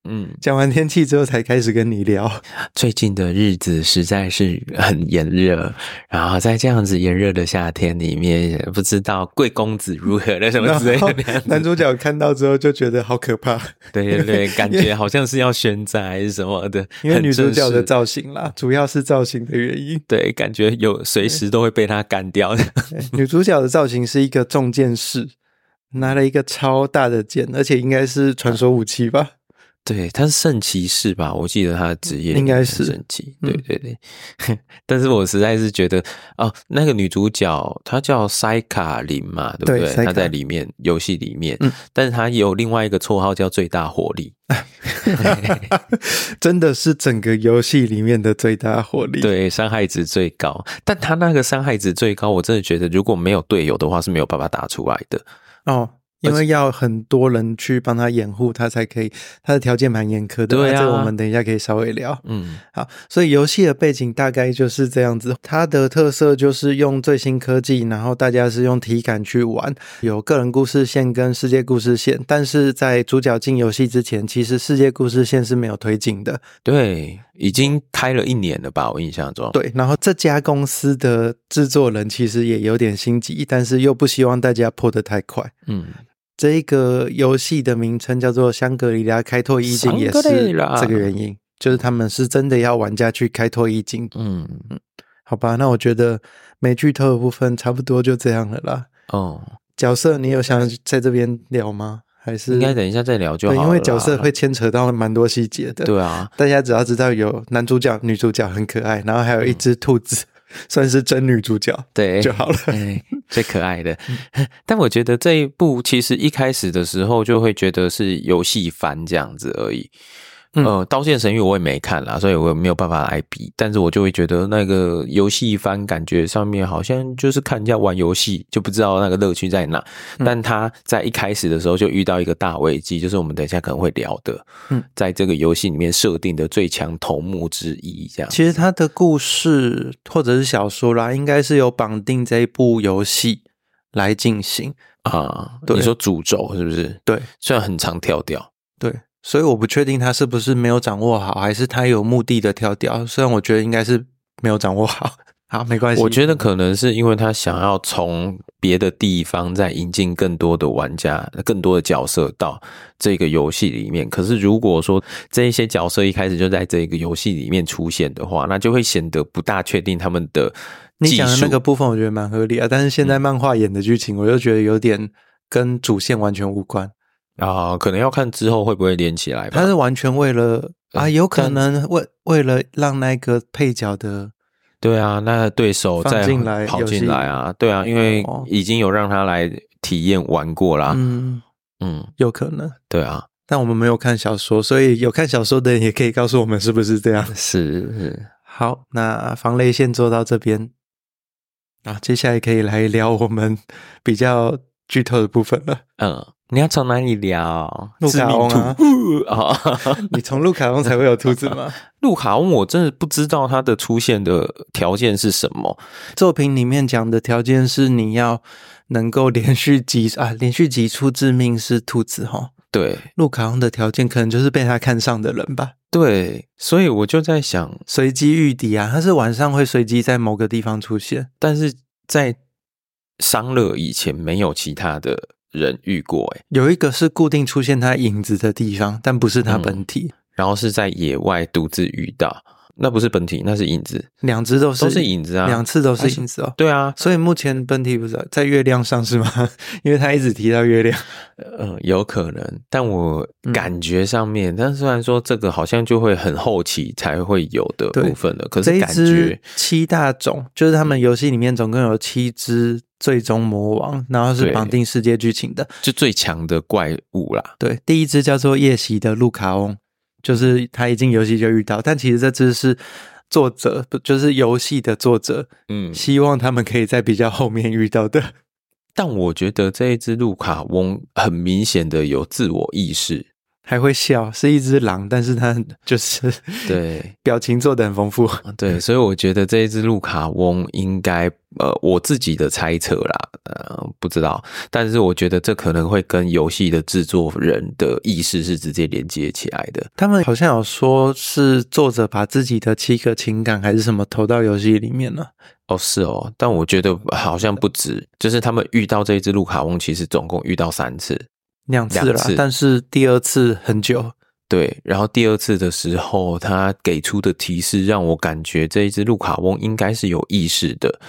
[SPEAKER 2] 嗯，
[SPEAKER 1] 讲完天气之后才开始跟你聊。
[SPEAKER 2] 最近的日子实在是很炎热，然后在这样子炎热的夏天里面，不知道贵公子如何 <laughs> 了什么
[SPEAKER 1] 然
[SPEAKER 2] 之类
[SPEAKER 1] 后
[SPEAKER 2] 的那样子。
[SPEAKER 1] 男主角看到之后就觉得好可怕，
[SPEAKER 2] 对对对，感觉好像是要宣战还是什么的，
[SPEAKER 1] 因为
[SPEAKER 2] 很
[SPEAKER 1] 女主
[SPEAKER 2] 正
[SPEAKER 1] 角的
[SPEAKER 2] 式
[SPEAKER 1] 造型啦，主要是造型的原
[SPEAKER 2] <laughs>
[SPEAKER 1] 因。
[SPEAKER 2] 对，感觉有随时都会被他干掉的。 <laughs>
[SPEAKER 1] 对女主角的造型是一个重剑士，拿了一个超大的剑，而且应该是传说武器
[SPEAKER 2] <laughs>
[SPEAKER 1] 吧。
[SPEAKER 2] 对，他是圣骑士吧？我记得他的职业
[SPEAKER 1] 应该
[SPEAKER 2] 里面
[SPEAKER 1] 是
[SPEAKER 2] 圣骑。
[SPEAKER 1] 嗯
[SPEAKER 2] 对对对， <laughs> 但是我实在是觉得哦，那个女主角她叫塞卡琳嘛，对
[SPEAKER 1] 对
[SPEAKER 2] 不对？
[SPEAKER 1] 塞
[SPEAKER 2] 她
[SPEAKER 1] 卡
[SPEAKER 2] 在里面游戏里面，
[SPEAKER 1] 嗯
[SPEAKER 2] 但是她也有另外一个绰号叫最大火力。
[SPEAKER 1] 哎真的是整个游戏里面的最大火力。，
[SPEAKER 2] <laughs> 对，伤害值最高，但他那个伤害值最高，我真的觉得如果没有队友的话是没有办法打出来的。
[SPEAKER 1] 哦，因为要很多人去帮他掩护，他才可以。他的条件蛮严苛的，
[SPEAKER 2] 对啊
[SPEAKER 1] 这个我们等一下可以稍微聊。
[SPEAKER 2] 嗯，
[SPEAKER 1] 好，所以游戏的背景大概就是这样子。它的特色就是用最新科技，然后大家是用体感去玩，有个人故事线跟世界故事线。但是在主角进游戏之前，其实世界故事线是没有推进的。
[SPEAKER 2] 对，已经开了一年了吧？我印象中，，
[SPEAKER 1] 对，然后这家公司的制作人其实也有点心急，但是又不希望大家破得太快。
[SPEAKER 2] 嗯，
[SPEAKER 1] 这一个游戏的名称叫做《香格里拉开拓意境》，也
[SPEAKER 2] 香格里
[SPEAKER 1] 是
[SPEAKER 2] 拉
[SPEAKER 1] 这个原因，就是他们是真的要玩家去开拓意境。
[SPEAKER 2] 嗯，
[SPEAKER 1] 好吧，那我觉得美剧透的部分差不多就这样了啦。
[SPEAKER 2] 哦，
[SPEAKER 1] 角色，你有想在这边聊吗？还是
[SPEAKER 2] 应该等一下再聊就好
[SPEAKER 1] 对，
[SPEAKER 2] 了啦。
[SPEAKER 1] 因为角色会牵扯到蛮多细节的。
[SPEAKER 2] 对啊，
[SPEAKER 1] 大家只要知道有男主角、女主角很可爱，然后还有一只兔子， <laughs> 算是真女主角
[SPEAKER 2] 对，
[SPEAKER 1] <laughs> 就好了。
[SPEAKER 2] 哎，最可爱的。 <laughs> 但我觉得这一部其实一开始的时候就会觉得是游戏番这样子而已。
[SPEAKER 1] 嗯
[SPEAKER 2] 呃，《刀剑神域》我也没看啦，所以我也没有办法来比。但是我就会觉得那个游戏番感觉上面好像就是看人家玩游戏，就不知道那个乐趣在哪。
[SPEAKER 1] 嗯
[SPEAKER 2] 但他在一开始的时候就遇到一个大危机，就是我们等一下可能会聊的，
[SPEAKER 1] 嗯
[SPEAKER 2] 在这个游戏里面设定的最强头目之一，这样。
[SPEAKER 1] 其实他的故事或者是小说啦，应该是有绑定这一部游戏来进行。
[SPEAKER 2] 啊，
[SPEAKER 1] 对
[SPEAKER 2] 你说诅咒是不是？
[SPEAKER 1] 对，
[SPEAKER 2] 虽然很常跳掉，
[SPEAKER 1] 对，所以我不确定他是不是没有掌握好，还是他有目的的跳掉。虽然我觉得应该是没有掌握好，好，没关系。
[SPEAKER 2] 我觉得可能是因为他想要从别的地方再引进更多的玩家、更多的角色到这个游戏里面。可是如果说这一些角色一开始就在这个游戏里面出现的话，那就会显得不大确定他们的
[SPEAKER 1] 你
[SPEAKER 2] 技
[SPEAKER 1] 讲的
[SPEAKER 2] 术嗯
[SPEAKER 1] 那个部分，我觉得蛮合理啊。但是现在漫画演的剧情，我就觉得有点跟主线完全无关。
[SPEAKER 2] 啊、可能要看之后会不会连起来吧。
[SPEAKER 1] 他是完全为了
[SPEAKER 2] 呃
[SPEAKER 1] 啊，有可能为为了让那个配角的
[SPEAKER 2] 对啊，那对手
[SPEAKER 1] 放
[SPEAKER 2] 再
[SPEAKER 1] 进来
[SPEAKER 2] 跑
[SPEAKER 1] 游戏
[SPEAKER 2] 进来啊，对啊，因为
[SPEAKER 1] 哦
[SPEAKER 2] 已经有让他来体验玩过啦。
[SPEAKER 1] 嗯，
[SPEAKER 2] 嗯，
[SPEAKER 1] 有可能。
[SPEAKER 2] 对啊。
[SPEAKER 1] 但我们没有看小说，所以有看小说的人也可以告诉我们是不是这样。
[SPEAKER 2] 是是，
[SPEAKER 1] 好，那防雷线做到这边， <laughs> 啊，接下来可以来聊我们比较剧透的部分了。
[SPEAKER 2] 嗯，你要从哪里聊？
[SPEAKER 1] 路
[SPEAKER 2] 致
[SPEAKER 1] 卡
[SPEAKER 2] 命
[SPEAKER 1] 翁
[SPEAKER 2] 兔
[SPEAKER 1] <laughs> 啊
[SPEAKER 2] 啊！
[SPEAKER 1] 你从路卡翁才会有兔子吗？
[SPEAKER 2] 路卡翁，我真的不知道它的出现的条件是什么。
[SPEAKER 1] <laughs> 作品里面讲的条件是你要能够连续挤啊，连续挤出致命是兔子哈。
[SPEAKER 2] 对
[SPEAKER 1] 路卡翁的条件可能就是被他看上的人吧，
[SPEAKER 2] 对，所以我就在想，
[SPEAKER 1] 随机遇敌啊，他是晚上会随机在某个地方出现。
[SPEAKER 2] 但是在商乐以前没有其他的人遇过、欸，
[SPEAKER 1] 有一个是固定出现他影子的地方，但不是他本体。
[SPEAKER 2] 然后是在野外独自遇到，那不是本体，那是影子，
[SPEAKER 1] 两只都是
[SPEAKER 2] 都是影子啊。
[SPEAKER 1] 两次都是影子哦。
[SPEAKER 2] 对啊，
[SPEAKER 1] 所以目前本体不是在月亮上是吗？ <laughs> 因为他一直提到月亮。
[SPEAKER 2] 嗯，有可能，但我
[SPEAKER 1] 嗯
[SPEAKER 2] 感觉上面，但虽然说这个好像就会很后期才会有的
[SPEAKER 1] 对
[SPEAKER 2] 部分了，可
[SPEAKER 1] 这
[SPEAKER 2] 是
[SPEAKER 1] 一
[SPEAKER 2] 感
[SPEAKER 1] 只
[SPEAKER 2] 觉
[SPEAKER 1] 七大种，就是他们游戏里面总共有七只最终魔王，然后是
[SPEAKER 2] 对
[SPEAKER 1] 绑定世界剧情的。
[SPEAKER 2] 就最强的怪物啦，
[SPEAKER 1] 对，第一只叫做夜袭的路卡翁，就是他一进游戏就遇到，但其实这只是作者，不就是游戏的作者
[SPEAKER 2] 嗯，
[SPEAKER 1] 希望他们可以在比较后面遇到的。
[SPEAKER 2] 但我觉得这一只路卡翁很明显的有自我意识，
[SPEAKER 1] 还会笑，是一只狼，但是它就是
[SPEAKER 2] 对
[SPEAKER 1] 表情做的很丰富。
[SPEAKER 2] 对，所以我觉得这一只路卡翁应该，呃，我自己的猜测啦，呃，不知道，但是我觉得这可能会跟游戏的制作人的意识是直接连接起来的，
[SPEAKER 1] 他们好像有说是作者把自己的七个情感还是什么投到游戏里面了。
[SPEAKER 2] 哦，是哦，但我觉得好像不止，就是他们遇到这一只路卡翁，其实总共遇到三次，
[SPEAKER 1] 两次
[SPEAKER 2] 两
[SPEAKER 1] 啦，
[SPEAKER 2] 次
[SPEAKER 1] 但是第二次很久，
[SPEAKER 2] 对，然后第二次的时候，他给出的提示让我感觉这一只路卡翁应该是有意识的，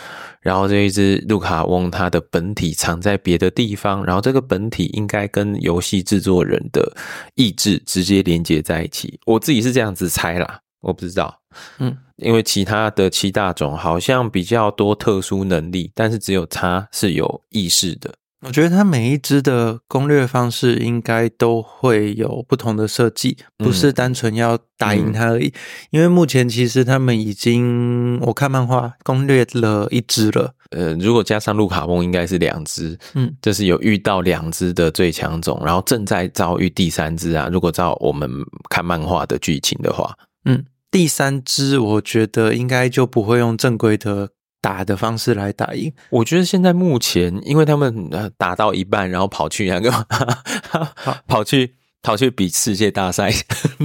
[SPEAKER 2] 然后这一只路卡翁它的本体藏在别的地方，然后这个本体应该跟游戏制作人的意志直接连接在一起，我自己是这样子猜啦，我不知道，
[SPEAKER 1] 嗯，
[SPEAKER 2] 因为其他的七大种好像比较多特殊能力，但是只有它是有意识的。
[SPEAKER 1] 我觉得它每一只的攻略方式应该都会有不同的设计，
[SPEAKER 2] 嗯
[SPEAKER 1] 不是单纯要打赢它而已。因为目前其实他们已经，我看漫画攻略了一只了，
[SPEAKER 2] 呃，如果加上路卡翁，应该是两只，
[SPEAKER 1] 嗯，
[SPEAKER 2] 这是有遇到两只的最强种，然后正在遭遇第三只啊。如果照我们看漫画的剧情的话，
[SPEAKER 1] 嗯，第三只我觉得应该就不会用正规的打的方式来打赢，
[SPEAKER 2] 我觉得现在目前，因为他们呃打到一半，然后跑去那 <laughs> 个跑去跑去比世界大赛，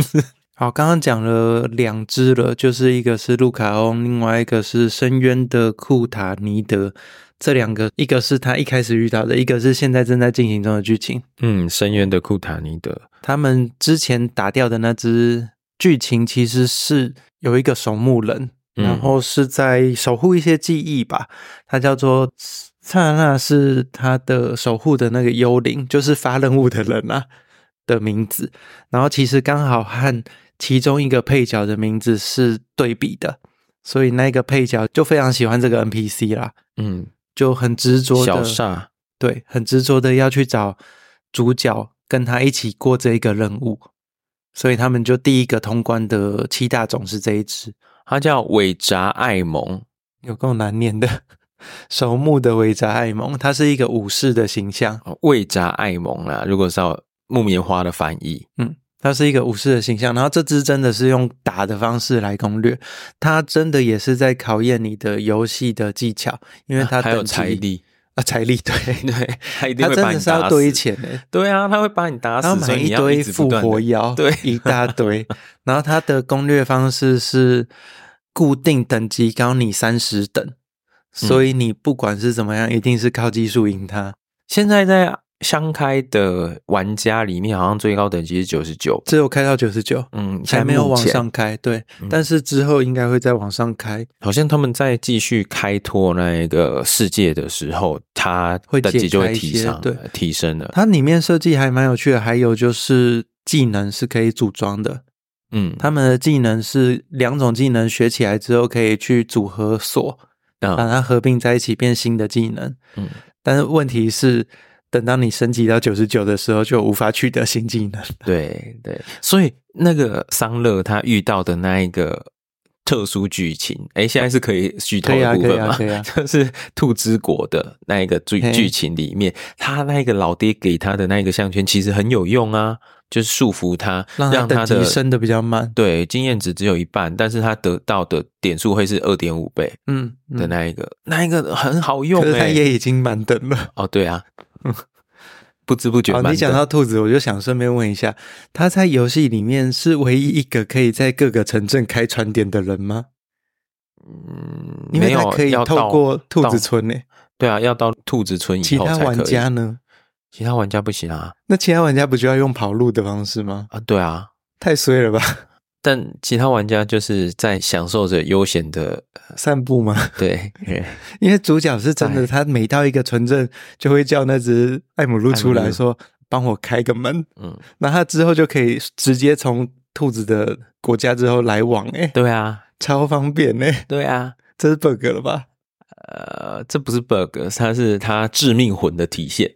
[SPEAKER 2] <laughs>
[SPEAKER 1] 好，刚刚讲了两只了，就是一个是路卡翁，另外一个是深渊的库塔尼德。这两个，一个是他一开始遇到的，一个是现在正在进行中的剧情。
[SPEAKER 2] 嗯，深渊的库塔尼德，
[SPEAKER 1] 他们之前打掉的那只剧情其实是有一个守墓人，
[SPEAKER 2] 嗯
[SPEAKER 1] 然后是在守护一些记忆吧。他叫做刹那，是他的守护的那个幽灵，就是发任务的人啊的名字。然后其实刚好和其中一个配角的名字是对比的，所以那个配角就非常喜欢这个 NPC 啦，
[SPEAKER 2] 嗯，
[SPEAKER 1] 就很执着
[SPEAKER 2] 小
[SPEAKER 1] 的
[SPEAKER 2] 煞，
[SPEAKER 1] 对，很执着的要去找主角，跟他一起过这一个任务，所以他们就第一个通关的七大种是这一只，
[SPEAKER 2] 他叫尾扎艾蒙，
[SPEAKER 1] 有够难念的。守墓的维扎艾蒙，他是一个武士的形象，
[SPEAKER 2] 哦尾扎艾蒙啦。如果是要木棉花的翻译，
[SPEAKER 1] 他是一个武士的形象。然后这只真的是用打的方式来攻略，他真的也是在考验你的游戏的技巧，因为他
[SPEAKER 2] 还有
[SPEAKER 1] 等级
[SPEAKER 2] 财力，
[SPEAKER 1] 啊，财力对，
[SPEAKER 2] <laughs> 对，他一定
[SPEAKER 1] 他
[SPEAKER 2] 会
[SPEAKER 1] 真
[SPEAKER 2] 把你
[SPEAKER 1] 的是要
[SPEAKER 2] 打
[SPEAKER 1] 堆
[SPEAKER 2] 死。
[SPEAKER 1] 钱的、
[SPEAKER 2] 对啊，他会把你打
[SPEAKER 1] 然后
[SPEAKER 2] 死，
[SPEAKER 1] 买
[SPEAKER 2] 所以你
[SPEAKER 1] 一
[SPEAKER 2] 要
[SPEAKER 1] 堆
[SPEAKER 2] 一直不
[SPEAKER 1] 复
[SPEAKER 2] 断地
[SPEAKER 1] 活药，
[SPEAKER 2] 对
[SPEAKER 1] 一大堆。然后它的攻略方式是固定等级高你三十等，所
[SPEAKER 2] 嗯
[SPEAKER 1] 以你不管是怎么样，一定是靠技术赢它。
[SPEAKER 2] 现在在相开的玩家里面，好像最高等级是九十九。
[SPEAKER 1] 只有开到九十九，
[SPEAKER 2] 嗯，
[SPEAKER 1] 还没有往
[SPEAKER 2] 现在目前，嗯
[SPEAKER 1] 上开，对，但是之后应该会再往上开。
[SPEAKER 2] 好像他们在继续开拓那个世界的时候，它
[SPEAKER 1] 会
[SPEAKER 2] 等
[SPEAKER 1] 解
[SPEAKER 2] 级就
[SPEAKER 1] 开
[SPEAKER 2] 会
[SPEAKER 1] 一
[SPEAKER 2] 提
[SPEAKER 1] 些
[SPEAKER 2] 上，
[SPEAKER 1] 对，
[SPEAKER 2] 提升了。
[SPEAKER 1] 它里面设计还蛮有趣的，还有就是技能是可以组装的，
[SPEAKER 2] 嗯，
[SPEAKER 1] 他们的技能是两种技能学起来之后可以去组合锁，把
[SPEAKER 2] 啊，
[SPEAKER 1] 它合并在一起变新的技能。
[SPEAKER 2] 嗯，
[SPEAKER 1] 但是问题是，等到你升级到九十九的时候，就无法取得新技能。
[SPEAKER 2] 对对，所以那个桑乐他遇到的那一个特殊剧情。哎，现在是可以剧
[SPEAKER 1] 可
[SPEAKER 2] 透
[SPEAKER 1] 以
[SPEAKER 2] 的
[SPEAKER 1] 啊，
[SPEAKER 2] 部
[SPEAKER 1] 可以
[SPEAKER 2] 分
[SPEAKER 1] 啊，
[SPEAKER 2] 吗？
[SPEAKER 1] 可以啊，
[SPEAKER 2] 就是兔之国的那一个剧
[SPEAKER 1] 嘿
[SPEAKER 2] 剧情里面，他那个老爹给他的那个项圈其实很有用啊，就是束缚他，
[SPEAKER 1] 让他
[SPEAKER 2] <laughs> 让他
[SPEAKER 1] 等级
[SPEAKER 2] 的
[SPEAKER 1] 升的比较慢。
[SPEAKER 2] 对经验值只有一半，但是他得到的点数会是二点五倍
[SPEAKER 1] 嗯，
[SPEAKER 2] 的
[SPEAKER 1] 嗯
[SPEAKER 2] 那一个，那一个很好用、
[SPEAKER 1] 可
[SPEAKER 2] 欸。
[SPEAKER 1] 是他也已经满等了。
[SPEAKER 2] 哦，对啊，不知不觉
[SPEAKER 1] 好，
[SPEAKER 2] 蛮
[SPEAKER 1] 哦你讲
[SPEAKER 2] 的
[SPEAKER 1] 到兔子，我就想顺便问一下，他在游戏里面是唯一一个可以在各个城镇开船点的人吗？
[SPEAKER 2] 嗯
[SPEAKER 1] 因
[SPEAKER 2] 没
[SPEAKER 1] 为
[SPEAKER 2] 有
[SPEAKER 1] 他可以
[SPEAKER 2] 要
[SPEAKER 1] 透
[SPEAKER 2] 到
[SPEAKER 1] 过兔
[SPEAKER 2] 到
[SPEAKER 1] 子村诶，
[SPEAKER 2] 对啊，要到兔子村以
[SPEAKER 1] 其
[SPEAKER 2] 后
[SPEAKER 1] 他
[SPEAKER 2] 才
[SPEAKER 1] 玩
[SPEAKER 2] 可以
[SPEAKER 1] 家呢？
[SPEAKER 2] 其他玩家不行啊
[SPEAKER 1] 那其他玩家不就要用跑路的方式吗？
[SPEAKER 2] 啊，对啊，
[SPEAKER 1] 太衰了吧！ <laughs>
[SPEAKER 2] 但其他玩家就是在享受着悠闲的，
[SPEAKER 1] 散步吗？
[SPEAKER 2] 对，
[SPEAKER 1] 因为主角是真的，
[SPEAKER 2] 哎
[SPEAKER 1] 他每到一个城镇就会叫那只艾姆露出
[SPEAKER 2] 艾姆
[SPEAKER 1] 来
[SPEAKER 2] 露
[SPEAKER 1] 说：“帮我开个门。
[SPEAKER 2] 嗯，”
[SPEAKER 1] 那他之后就可以直接从兔子的国家之后来往、欸，
[SPEAKER 2] 对啊，
[SPEAKER 1] 超方便呢、欸
[SPEAKER 2] 对啊，
[SPEAKER 1] 这是 bug 了
[SPEAKER 2] <laughs>
[SPEAKER 1] 吧？
[SPEAKER 2] 呃，这不是 bug，它是它致命魂的体现。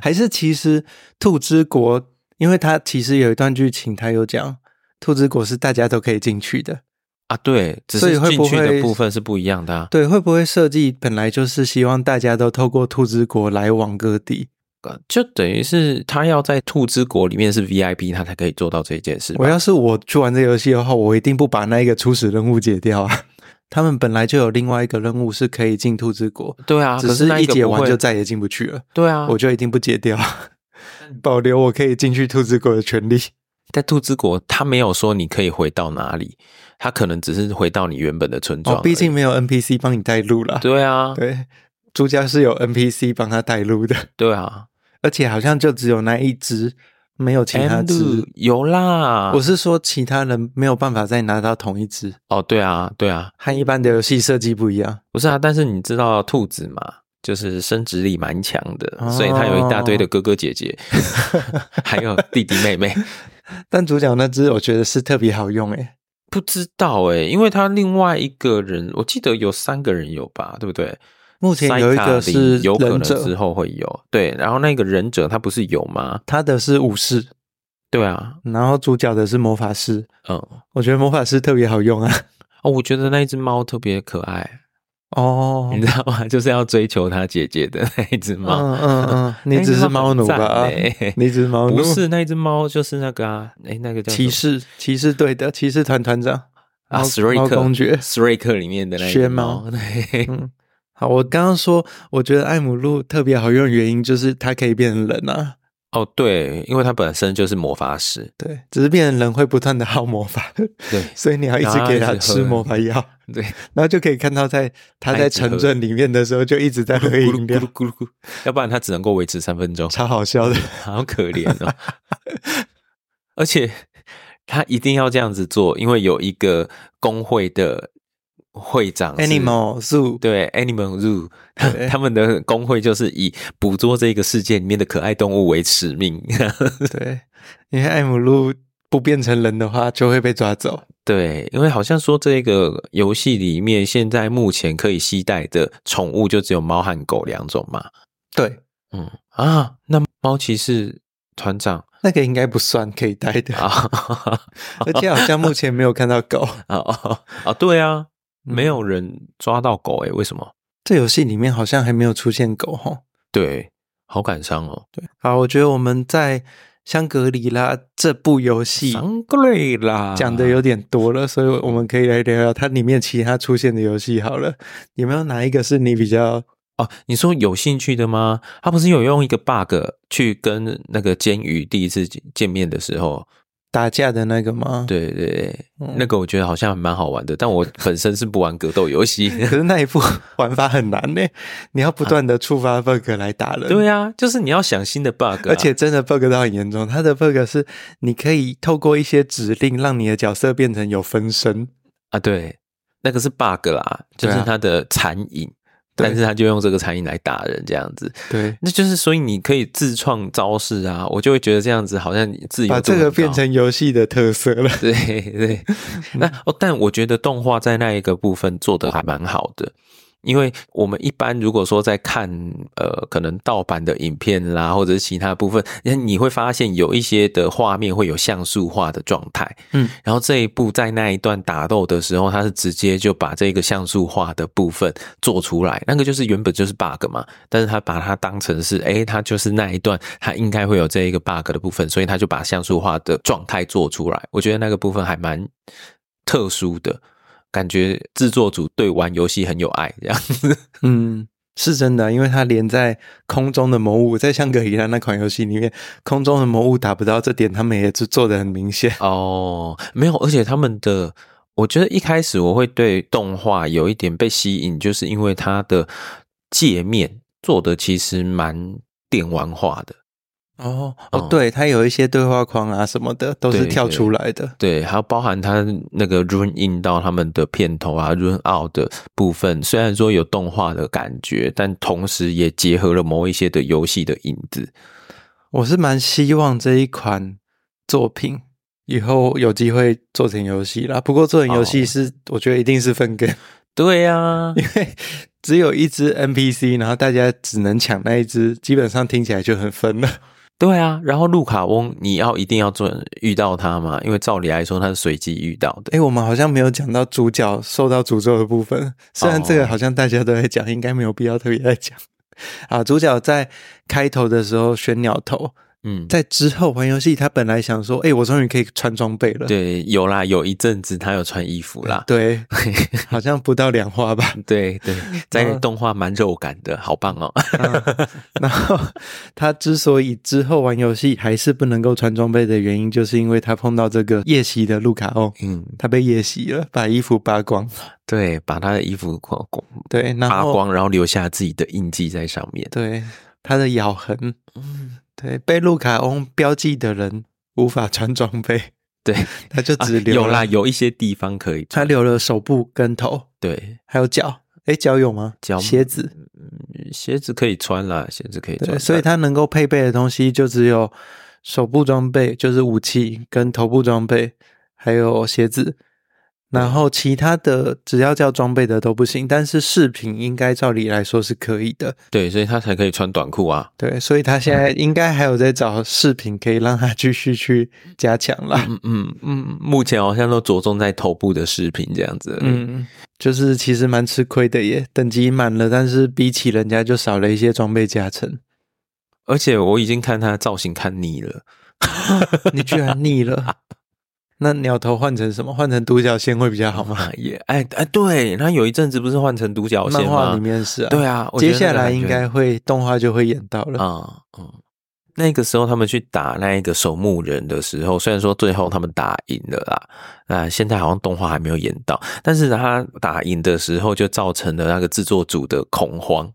[SPEAKER 1] 还是其实兔之国，因为它其实有一段剧情，它有讲兔之国是大家都可以进去的，
[SPEAKER 2] 啊，对，只
[SPEAKER 1] 所以
[SPEAKER 2] 是
[SPEAKER 1] 会
[SPEAKER 2] 进
[SPEAKER 1] 不
[SPEAKER 2] 去
[SPEAKER 1] 会
[SPEAKER 2] 的部分是不一样的、啊。
[SPEAKER 1] 对，会不会设计本来就是希望大家都透过兔之国来往各地？
[SPEAKER 2] 呃就等于是他要在兔之国里面是 VIP，他才可以做到这件事吧。
[SPEAKER 1] 我要是我去玩这游戏的话，我一定不把那一个初始任务解掉啊！ <laughs> 他们本来就有另外一个任务是可以进兔之国，
[SPEAKER 2] 对啊，
[SPEAKER 1] 只
[SPEAKER 2] 可是那
[SPEAKER 1] 一
[SPEAKER 2] 个
[SPEAKER 1] 解
[SPEAKER 2] 不
[SPEAKER 1] 完
[SPEAKER 2] 会
[SPEAKER 1] 就再也进不去了，
[SPEAKER 2] 对啊。
[SPEAKER 1] 我就一定不解掉， <laughs> 保留我可以进去兔之国的权 <laughs> 利。
[SPEAKER 2] 在兔之国，他没有说你可以回到哪里，他可能只是回到你原本的村庄而
[SPEAKER 1] 哦
[SPEAKER 2] 已、，
[SPEAKER 1] 毕竟没有 NPC 帮你带路啦。
[SPEAKER 2] 对啊，
[SPEAKER 1] 对，朱家是有 NPC 帮他带路的， <laughs>
[SPEAKER 2] 对啊，
[SPEAKER 1] 而且好像就只有那一只，没有其他
[SPEAKER 2] M
[SPEAKER 1] 只。
[SPEAKER 2] 有啦，
[SPEAKER 1] 我是说，其他人没有办法再拿到同一只，
[SPEAKER 2] 哦，对啊，对啊，
[SPEAKER 1] 和一般的游戏设计不一样。
[SPEAKER 2] 不是啊，但是你知道兔子嘛，就是生殖力蛮强的，
[SPEAKER 1] 哦
[SPEAKER 2] 所以它有一大堆的哥哥姐
[SPEAKER 1] <laughs>
[SPEAKER 2] 姐，还有弟弟妹妹。
[SPEAKER 1] 但主角那只，我觉得是特别好用诶。
[SPEAKER 2] 不知道诶、因为他另外一个人，我记得有三个人有吧，对不对？
[SPEAKER 1] 目前有一个是
[SPEAKER 2] 塞卡里有可
[SPEAKER 1] 忍
[SPEAKER 2] 能之
[SPEAKER 1] 者，
[SPEAKER 2] 后会有，对。然后那个忍者他不是有吗？
[SPEAKER 1] 他的是武士，
[SPEAKER 2] 对啊，
[SPEAKER 1] 然后主角的是魔法师。
[SPEAKER 2] 嗯，
[SPEAKER 1] 我觉得魔法师特别好用啊。
[SPEAKER 2] 哦，我觉得那一只猫特别可爱，
[SPEAKER 1] 哦，
[SPEAKER 2] 你知道吗？ <laughs> 就是要追求它姐姐的那一只猫。
[SPEAKER 1] <laughs> 嗯嗯嗯，你
[SPEAKER 2] 那
[SPEAKER 1] 只
[SPEAKER 2] 一
[SPEAKER 1] 是猫
[SPEAKER 2] 只哎猫很
[SPEAKER 1] 奴吧？啊
[SPEAKER 2] 赞欸
[SPEAKER 1] <laughs> 你只是猫奴，
[SPEAKER 2] 不是那一只猫，就是那个啊，哎，那个叫什么
[SPEAKER 1] 骑士骑士队的骑士团团长
[SPEAKER 2] 啊，
[SPEAKER 1] 猫
[SPEAKER 2] 史瑞
[SPEAKER 1] 猫
[SPEAKER 2] 克
[SPEAKER 1] 公爵
[SPEAKER 2] 史瑞克里面的那一只
[SPEAKER 1] 薛
[SPEAKER 2] 猫，对，
[SPEAKER 1] 嗯，好，我刚刚说，我觉得艾姆露特别好用的原因就是它可以变成人啊，
[SPEAKER 2] <laughs> 哦，对，因为它本身就是魔法师，
[SPEAKER 1] 对，只是变成人会不断的耗魔法， <laughs>
[SPEAKER 2] 对
[SPEAKER 1] 所以你要一直给它吃魔法药，
[SPEAKER 2] <laughs> 对，
[SPEAKER 1] 然后就可以看到在它在城镇里面的时候就一直在喝
[SPEAKER 2] 咕噜
[SPEAKER 1] 饮
[SPEAKER 2] 咕
[SPEAKER 1] 料
[SPEAKER 2] 噜，咕噜咕噜，要不然它只能够维持三分 <laughs> 钟，
[SPEAKER 1] 超好笑的。
[SPEAKER 2] 好可怜哦。 <laughs> 而且他一定要这样子做，因为有一个工会的会长是
[SPEAKER 1] Animal Zoo，
[SPEAKER 2] 对 Animal Zoo，他 <laughs> 他们的工会就是以捕捉这个世界里面的可爱动物为使命。
[SPEAKER 1] 对，因为艾姆露不变成人的话就会被抓走，
[SPEAKER 2] 对，因为好像说这个游戏里面现在目前可以携带的宠物就只有猫和狗两种嘛。
[SPEAKER 1] 对，
[SPEAKER 2] 嗯啊，那猫骑士团长
[SPEAKER 1] 那个应该不算可以带的，
[SPEAKER 2] 啊。
[SPEAKER 1] <laughs> 而且好像目前没有看到狗。
[SPEAKER 2] 啊啊啊！对啊，
[SPEAKER 1] 嗯
[SPEAKER 2] 没有人抓到狗欸诶、为什么？
[SPEAKER 1] <laughs> 这游戏里面好像还没有出现狗吼。
[SPEAKER 2] 对，好感伤哦。
[SPEAKER 1] 好，我觉得我们在《香格里拉》这部游戏
[SPEAKER 2] 伤贵啦，
[SPEAKER 1] 讲的有点多了，所以我们可以来聊聊它里面其他出现的游戏好了。有没有哪一个是你比较
[SPEAKER 2] 哦。你说有兴趣的吗？他不是有用一个 bug 去跟那个监狱第一次见面的时候，
[SPEAKER 1] 打架的那个吗？。
[SPEAKER 2] 对对对，
[SPEAKER 1] 嗯
[SPEAKER 2] 那个我觉得好像蛮好玩的，但我本身是不玩格斗游戏。
[SPEAKER 1] <laughs> 可是那一副玩法很难呢、你要不断的触发 bug 来打人。
[SPEAKER 2] 对啊，就是你要想新的 bug，、啊、
[SPEAKER 1] 而且真的 bug 到很严重，它的 bug 是你可以透过一些指令让你的角色变成有分身，
[SPEAKER 2] 啊，对，那个是 bug 啦，就
[SPEAKER 1] 对啊
[SPEAKER 2] 是它的残影，
[SPEAKER 1] 对
[SPEAKER 2] 但是他就用这个残影来打人这样子。
[SPEAKER 1] 对，
[SPEAKER 2] 那就是，所以你可以自创招式啊，我就会觉得这样子好像自由度
[SPEAKER 1] <laughs> 把
[SPEAKER 2] 很高
[SPEAKER 1] 这个变成游戏的特色了。 <laughs>
[SPEAKER 2] 对对。那哦，但我觉得动画在那一个部分做的还蛮好的，因为我们一般如果说在看呃可能盗版的影片啦，或者是其他部分，你会发现有一些的画面会有像素化的状态，
[SPEAKER 1] 嗯，
[SPEAKER 2] 然后这一部在那一段打斗的时候，它是直接就把这个像素化的部分做出来，那个就是原本就是 bug 嘛，但是他把它当成是，诶，它就是那一段，它应该会有这一个 bug 的部分，所以他就把像素化的状态做出来。我觉得那个部分还蛮特殊的，感觉制作组对玩游戏很有爱这样子。
[SPEAKER 1] 嗯，是真的啊，因为它连在空中的魔物，在香格里拉那款游戏里面，空中的魔物打不到这点，他们也是做的很明显。
[SPEAKER 2] 哦，没有，而且他们的，我觉得一开始我会对动画有一点被吸引，就是因为它的界面做的其实蛮电玩化的。
[SPEAKER 1] 哦哦，对，它有一些对话框啊什么的，都是
[SPEAKER 2] 对
[SPEAKER 1] 跳出
[SPEAKER 2] 对
[SPEAKER 1] 来的。
[SPEAKER 2] 对，还有包含它那个 run in 到他们的片头啊，run out 的部分，虽然说有动画的感觉，但同时也结合了某一些的游戏的影子。
[SPEAKER 1] 我是蛮希望这一款作品以后有机会做成游戏啦。不过做成游戏
[SPEAKER 2] 哦
[SPEAKER 1] 是，我觉得一定是分羹，
[SPEAKER 2] 对呀、 <laughs> 啊，
[SPEAKER 1] 因为只有一只 NPC，然后大家只能抢那一只，基本上听起来就很分了。
[SPEAKER 2] 对啊。然后路卡翁，你要一定要做遇到他嘛，因为照理来说他是随机遇到的。
[SPEAKER 1] <laughs> 诶，我们好像没有讲到主角受到诅咒的部分，虽然这个
[SPEAKER 2] 哦
[SPEAKER 1] 好像大家都在讲，应该没有必要特别来 <laughs> 讲。啊，主角在开头的时候选鸟头，
[SPEAKER 2] 嗯，
[SPEAKER 1] 在之后玩游戏，他本来想说，诶，我终于可以穿装备了。
[SPEAKER 2] 对，有啦，有一阵子他有穿衣服啦。
[SPEAKER 1] <laughs> 对，好像不到两花吧。
[SPEAKER 2] <laughs> 对对，在动画蛮肉感的，好棒哦。
[SPEAKER 1] <laughs> 然后他之所以之后玩游戏还是不能够穿装备的原因，就是因为他碰到这个夜袭的路卡哦，
[SPEAKER 2] 嗯，
[SPEAKER 1] 他被夜袭了，把衣服扒光。
[SPEAKER 2] 对，把他的衣服光光
[SPEAKER 1] 对，然
[SPEAKER 2] 扒
[SPEAKER 1] 后
[SPEAKER 2] 光，然后留下自己的印记在上面。
[SPEAKER 1] 对，它的咬痕，
[SPEAKER 2] 嗯
[SPEAKER 1] 对，被路卡翁标记的人无法穿装备， <laughs>
[SPEAKER 2] 对，
[SPEAKER 1] 他 <laughs> 就只留、
[SPEAKER 2] 啊有啦，，有一些地方可以
[SPEAKER 1] 他
[SPEAKER 2] 穿。
[SPEAKER 1] 留了手部、跟头，
[SPEAKER 2] 对，
[SPEAKER 1] 还有脚。诶，脚有吗？
[SPEAKER 2] 脚
[SPEAKER 1] 鞋子。
[SPEAKER 2] 嗯鞋子可以穿啦，鞋子可以
[SPEAKER 1] 对，
[SPEAKER 2] 穿。
[SPEAKER 1] 所以他
[SPEAKER 2] 但
[SPEAKER 1] 能够配备的东西就只有手部装备，就是武器跟头部装备，还有鞋子。然后其他的只要叫装备的都不行，但是饰品应该照理来说是可以的。
[SPEAKER 2] 对，所以他才可以穿短裤啊。
[SPEAKER 1] 对，所以他现在应该还有在找饰品可以让他继续去加强啦。
[SPEAKER 2] 嗯嗯嗯，目前好像都着重在头部的饰品这样子。嗯，
[SPEAKER 1] 嗯，就是其实蛮吃亏的耶，等级满了，但是比起人家就少了一些装备加成。
[SPEAKER 2] 而且我已经看他造型看腻了。
[SPEAKER 1] 你居然腻了，那鸟头换成什么？换成独角仙会比较好吗？
[SPEAKER 2] 啊 <laughs> 也哎哎，对，他有一阵子不是换成独角仙
[SPEAKER 1] 漫画
[SPEAKER 2] 吗
[SPEAKER 1] 里？面是啊，
[SPEAKER 2] 对啊，我觉
[SPEAKER 1] 接
[SPEAKER 2] 得那
[SPEAKER 1] 下
[SPEAKER 2] 个
[SPEAKER 1] 来
[SPEAKER 2] 感
[SPEAKER 1] 应
[SPEAKER 2] 觉
[SPEAKER 1] 该会动画就会演到了。
[SPEAKER 2] 啊，嗯，那个时候他们去打那一个守墓人的时候，虽然说最后他们打赢了啦，那现在好像动画还没有演到，但是他打赢的时候就造成了那个制作组的恐慌，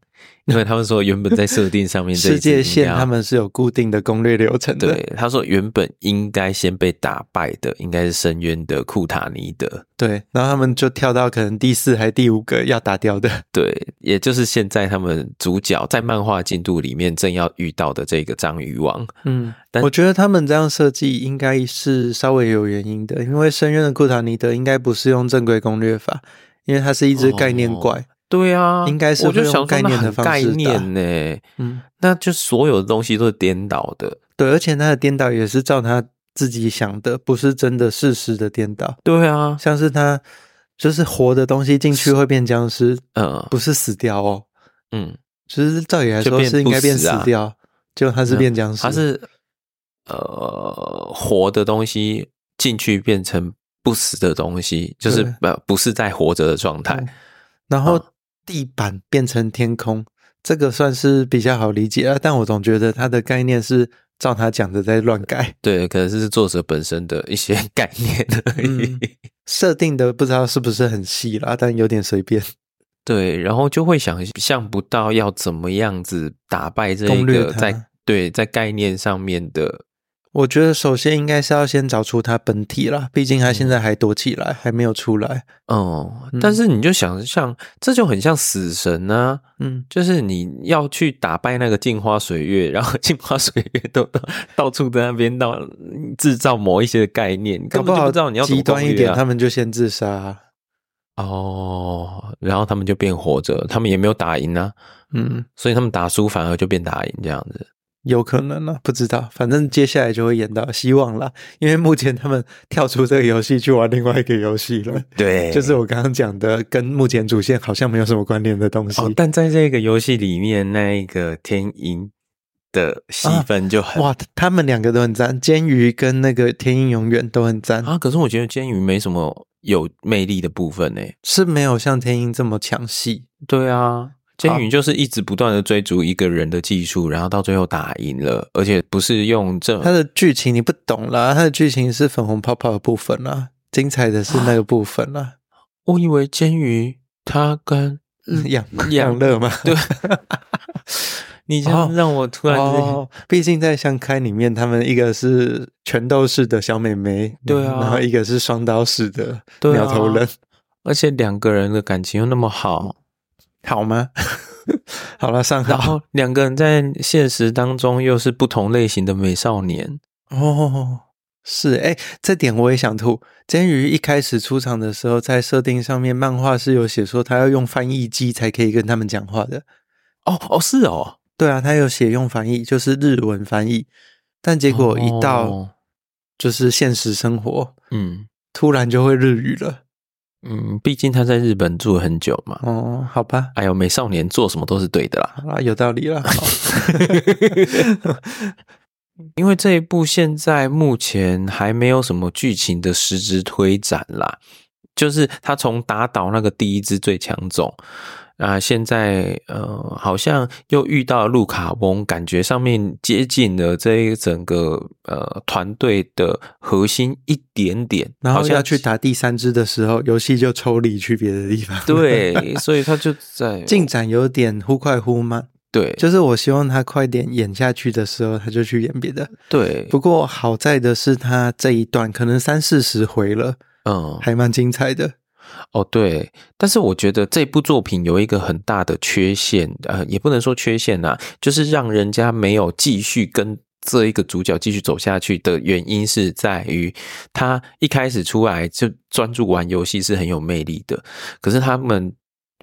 [SPEAKER 2] 因为他们说原本在设定上面这一
[SPEAKER 1] 世 <laughs>
[SPEAKER 2] 集
[SPEAKER 1] 界
[SPEAKER 2] 应该
[SPEAKER 1] 线
[SPEAKER 2] 要
[SPEAKER 1] 他们是有固定的攻略流程的，
[SPEAKER 2] 对他说原本应该先被打败的应该是深渊的库塔尼德，
[SPEAKER 1] 对然后他们就跳到可能第四还第五个要打掉的。
[SPEAKER 2] 对，也就是现在他们主角在漫画进度里面正要遇到的这个章鱼王，
[SPEAKER 1] 嗯，
[SPEAKER 2] 但
[SPEAKER 1] 我觉得他们这样设计应该是稍微有原因的，因为深渊的库塔尼德应该不是用正规攻略法，因为它是一只概
[SPEAKER 2] 哦
[SPEAKER 1] 念怪。
[SPEAKER 2] 对啊，
[SPEAKER 1] 应该是
[SPEAKER 2] 我就
[SPEAKER 1] 会用
[SPEAKER 2] 想说
[SPEAKER 1] 概
[SPEAKER 2] 那
[SPEAKER 1] 念的
[SPEAKER 2] 很
[SPEAKER 1] 方
[SPEAKER 2] 概
[SPEAKER 1] 式打
[SPEAKER 2] 念呢、
[SPEAKER 1] 嗯，
[SPEAKER 2] 那就所有的东西都是颠倒的。
[SPEAKER 1] 对，而且他的颠倒也是照他自己想的，不是真的事实的颠倒。
[SPEAKER 2] 对啊，
[SPEAKER 1] 像是他就是活的东西进去会变僵尸，
[SPEAKER 2] 嗯
[SPEAKER 1] 不是死掉哦，
[SPEAKER 2] 嗯，
[SPEAKER 1] 就是照理来
[SPEAKER 2] 就
[SPEAKER 1] 说
[SPEAKER 2] 变
[SPEAKER 1] 是应该
[SPEAKER 2] 不
[SPEAKER 1] 变
[SPEAKER 2] 死
[SPEAKER 1] 死
[SPEAKER 2] 啊
[SPEAKER 1] 掉，结果他是变僵尸。
[SPEAKER 2] 它是呃活的东西进去变成不死的东西，就是
[SPEAKER 1] 对
[SPEAKER 2] 呃不是在活着的状态
[SPEAKER 1] 嗯。然后地板变成天空，这个算是比较好理解啊。但我总觉得它的概念是照他讲的在乱改，
[SPEAKER 2] 对，可能是作者本身的一些 <laughs> 概念而已。
[SPEAKER 1] 嗯 <laughs> 设定的不知道是不是很细啦，但有点随便。
[SPEAKER 2] <laughs> 对，然后就会想象不到要怎么样子打败这一
[SPEAKER 1] 攻略
[SPEAKER 2] 个
[SPEAKER 1] 它
[SPEAKER 2] 在对在概念上面的
[SPEAKER 1] 我觉得首先应该是要先找出它本体啦，毕竟
[SPEAKER 2] 嗯
[SPEAKER 1] 它现在还躲起来，还没有出来。
[SPEAKER 2] 哦
[SPEAKER 1] 嗯，
[SPEAKER 2] 但是你就想象，这就很像死神啊，
[SPEAKER 1] 嗯，
[SPEAKER 2] 就是你要去打败那个镜花水月，然后 <laughs> 镜花水月都到到处在那边到制造某一些概念，根
[SPEAKER 1] 搞
[SPEAKER 2] 本就
[SPEAKER 1] 好
[SPEAKER 2] 不知道你要怎
[SPEAKER 1] 极
[SPEAKER 2] 么攻
[SPEAKER 1] 端一
[SPEAKER 2] 略
[SPEAKER 1] 点，
[SPEAKER 2] 啊
[SPEAKER 1] 他。们就先自杀啊、
[SPEAKER 2] 哦，然后他们就变活着，他们也没有打赢啊，
[SPEAKER 1] 嗯，
[SPEAKER 2] 所以他们打输反而就变打赢这样子。
[SPEAKER 1] 有可能啊，不知道，反正接下来就会演到，希望啦，因为目前他们跳出这个游戏去玩另外一个游戏了，
[SPEAKER 2] 对
[SPEAKER 1] 就是我刚刚讲的跟目前主线好像没有什么关联的东西。
[SPEAKER 2] 哦，但在这个游戏里面，那一个天鹰的戏份就很
[SPEAKER 1] 啊哇，他们两个都很赞，煎鱼跟那个天鹰永远都很赞，
[SPEAKER 2] 啊，可是我觉得煎鱼没什么有魅力的部分欸呢。
[SPEAKER 1] 是没有像天鹰这么抢戏。
[SPEAKER 2] 对啊，煎鱼就是一直不断的追逐一个人的技术，然后到最后打赢了，而且不是用这
[SPEAKER 1] 它的剧情你不懂啦，它的剧情是粉红泡泡的部分啦，精彩的是那个部分啦。
[SPEAKER 2] 我以为煎鱼他跟
[SPEAKER 1] 养
[SPEAKER 2] 啊嗯养
[SPEAKER 1] 养乐嘛，
[SPEAKER 2] 对，你这样让我突然之间、
[SPEAKER 1] 哦，毕竟在相开里面，他们一个是拳斗式的小美眉，
[SPEAKER 2] 对啊
[SPEAKER 1] 然后一个是双刀式的
[SPEAKER 2] 对啊
[SPEAKER 1] 鸟头人，
[SPEAKER 2] 而且两个人的感情又那么好，
[SPEAKER 1] 好吗？ <laughs> 好了，上
[SPEAKER 2] 然
[SPEAKER 1] 好
[SPEAKER 2] 后两个人在现实当中又是不同类型的美少年，
[SPEAKER 1] 哦。是哎，这点我也想吐。煎鱼一开始出场的时候，在设定上面，漫画是有写说他要用翻译机才可以跟他们讲话的。
[SPEAKER 2] 哦哦是哦，
[SPEAKER 1] 对啊，他有写用翻译，就是日文翻译。但结果一到
[SPEAKER 2] 哦
[SPEAKER 1] 就是现实生活，
[SPEAKER 2] 嗯
[SPEAKER 1] 突然就会日语了。
[SPEAKER 2] 嗯，毕竟他在日本住很久嘛。
[SPEAKER 1] 哦，好吧，
[SPEAKER 2] 哎呦，美少年做什么都是对的啦，
[SPEAKER 1] 好啦，有道理啦。
[SPEAKER 2] <laughs>
[SPEAKER 1] 好
[SPEAKER 2] 因为这一部现在目前还没有什么剧情的实质推展啦，就是他从打倒那个第一只最强种啊、现在呃好像又遇到路卡翁，感觉上面接近了这一整个呃团队的核心一点点，
[SPEAKER 1] 然后
[SPEAKER 2] 好像
[SPEAKER 1] 要去打第三只的时候，游戏就抽离去别的地方。，
[SPEAKER 2] 对，所以他就在
[SPEAKER 1] 进展有点忽快忽慢，
[SPEAKER 2] 对
[SPEAKER 1] 就是我希望他快点演下去的时候，他就去演别的。
[SPEAKER 2] 对，
[SPEAKER 1] 不过好在的是，他这一段可能三四十回了，
[SPEAKER 2] 嗯，
[SPEAKER 1] 还蛮精彩的。
[SPEAKER 2] 哦，对，但是我觉得这部作品有一个很大的缺陷，呃，也不能说缺陷啦，就是让人家没有继续跟这一个主角继续走下去的原因是在于，他一开始出来就专注玩游戏是很有魅力的，可是他们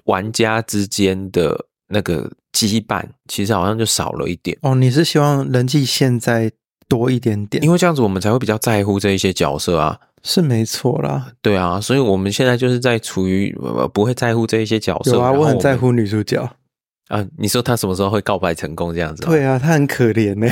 [SPEAKER 2] 玩家之间的那个羁绊，其实好像就少了一点。
[SPEAKER 1] 哦，你是希望人际现在多一点点，
[SPEAKER 2] 因为这样子，我们才会比较在乎这一些角色啊，
[SPEAKER 1] 是没错啦。
[SPEAKER 2] 对啊，所以我们现在就是在处于呃不会在乎这一些角色。
[SPEAKER 1] 有啊，
[SPEAKER 2] 然后
[SPEAKER 1] 我很
[SPEAKER 2] 们
[SPEAKER 1] 在乎女主角。
[SPEAKER 2] 啊，你说他什么时候会告白成功这样子？
[SPEAKER 1] 对啊，她很可怜呢、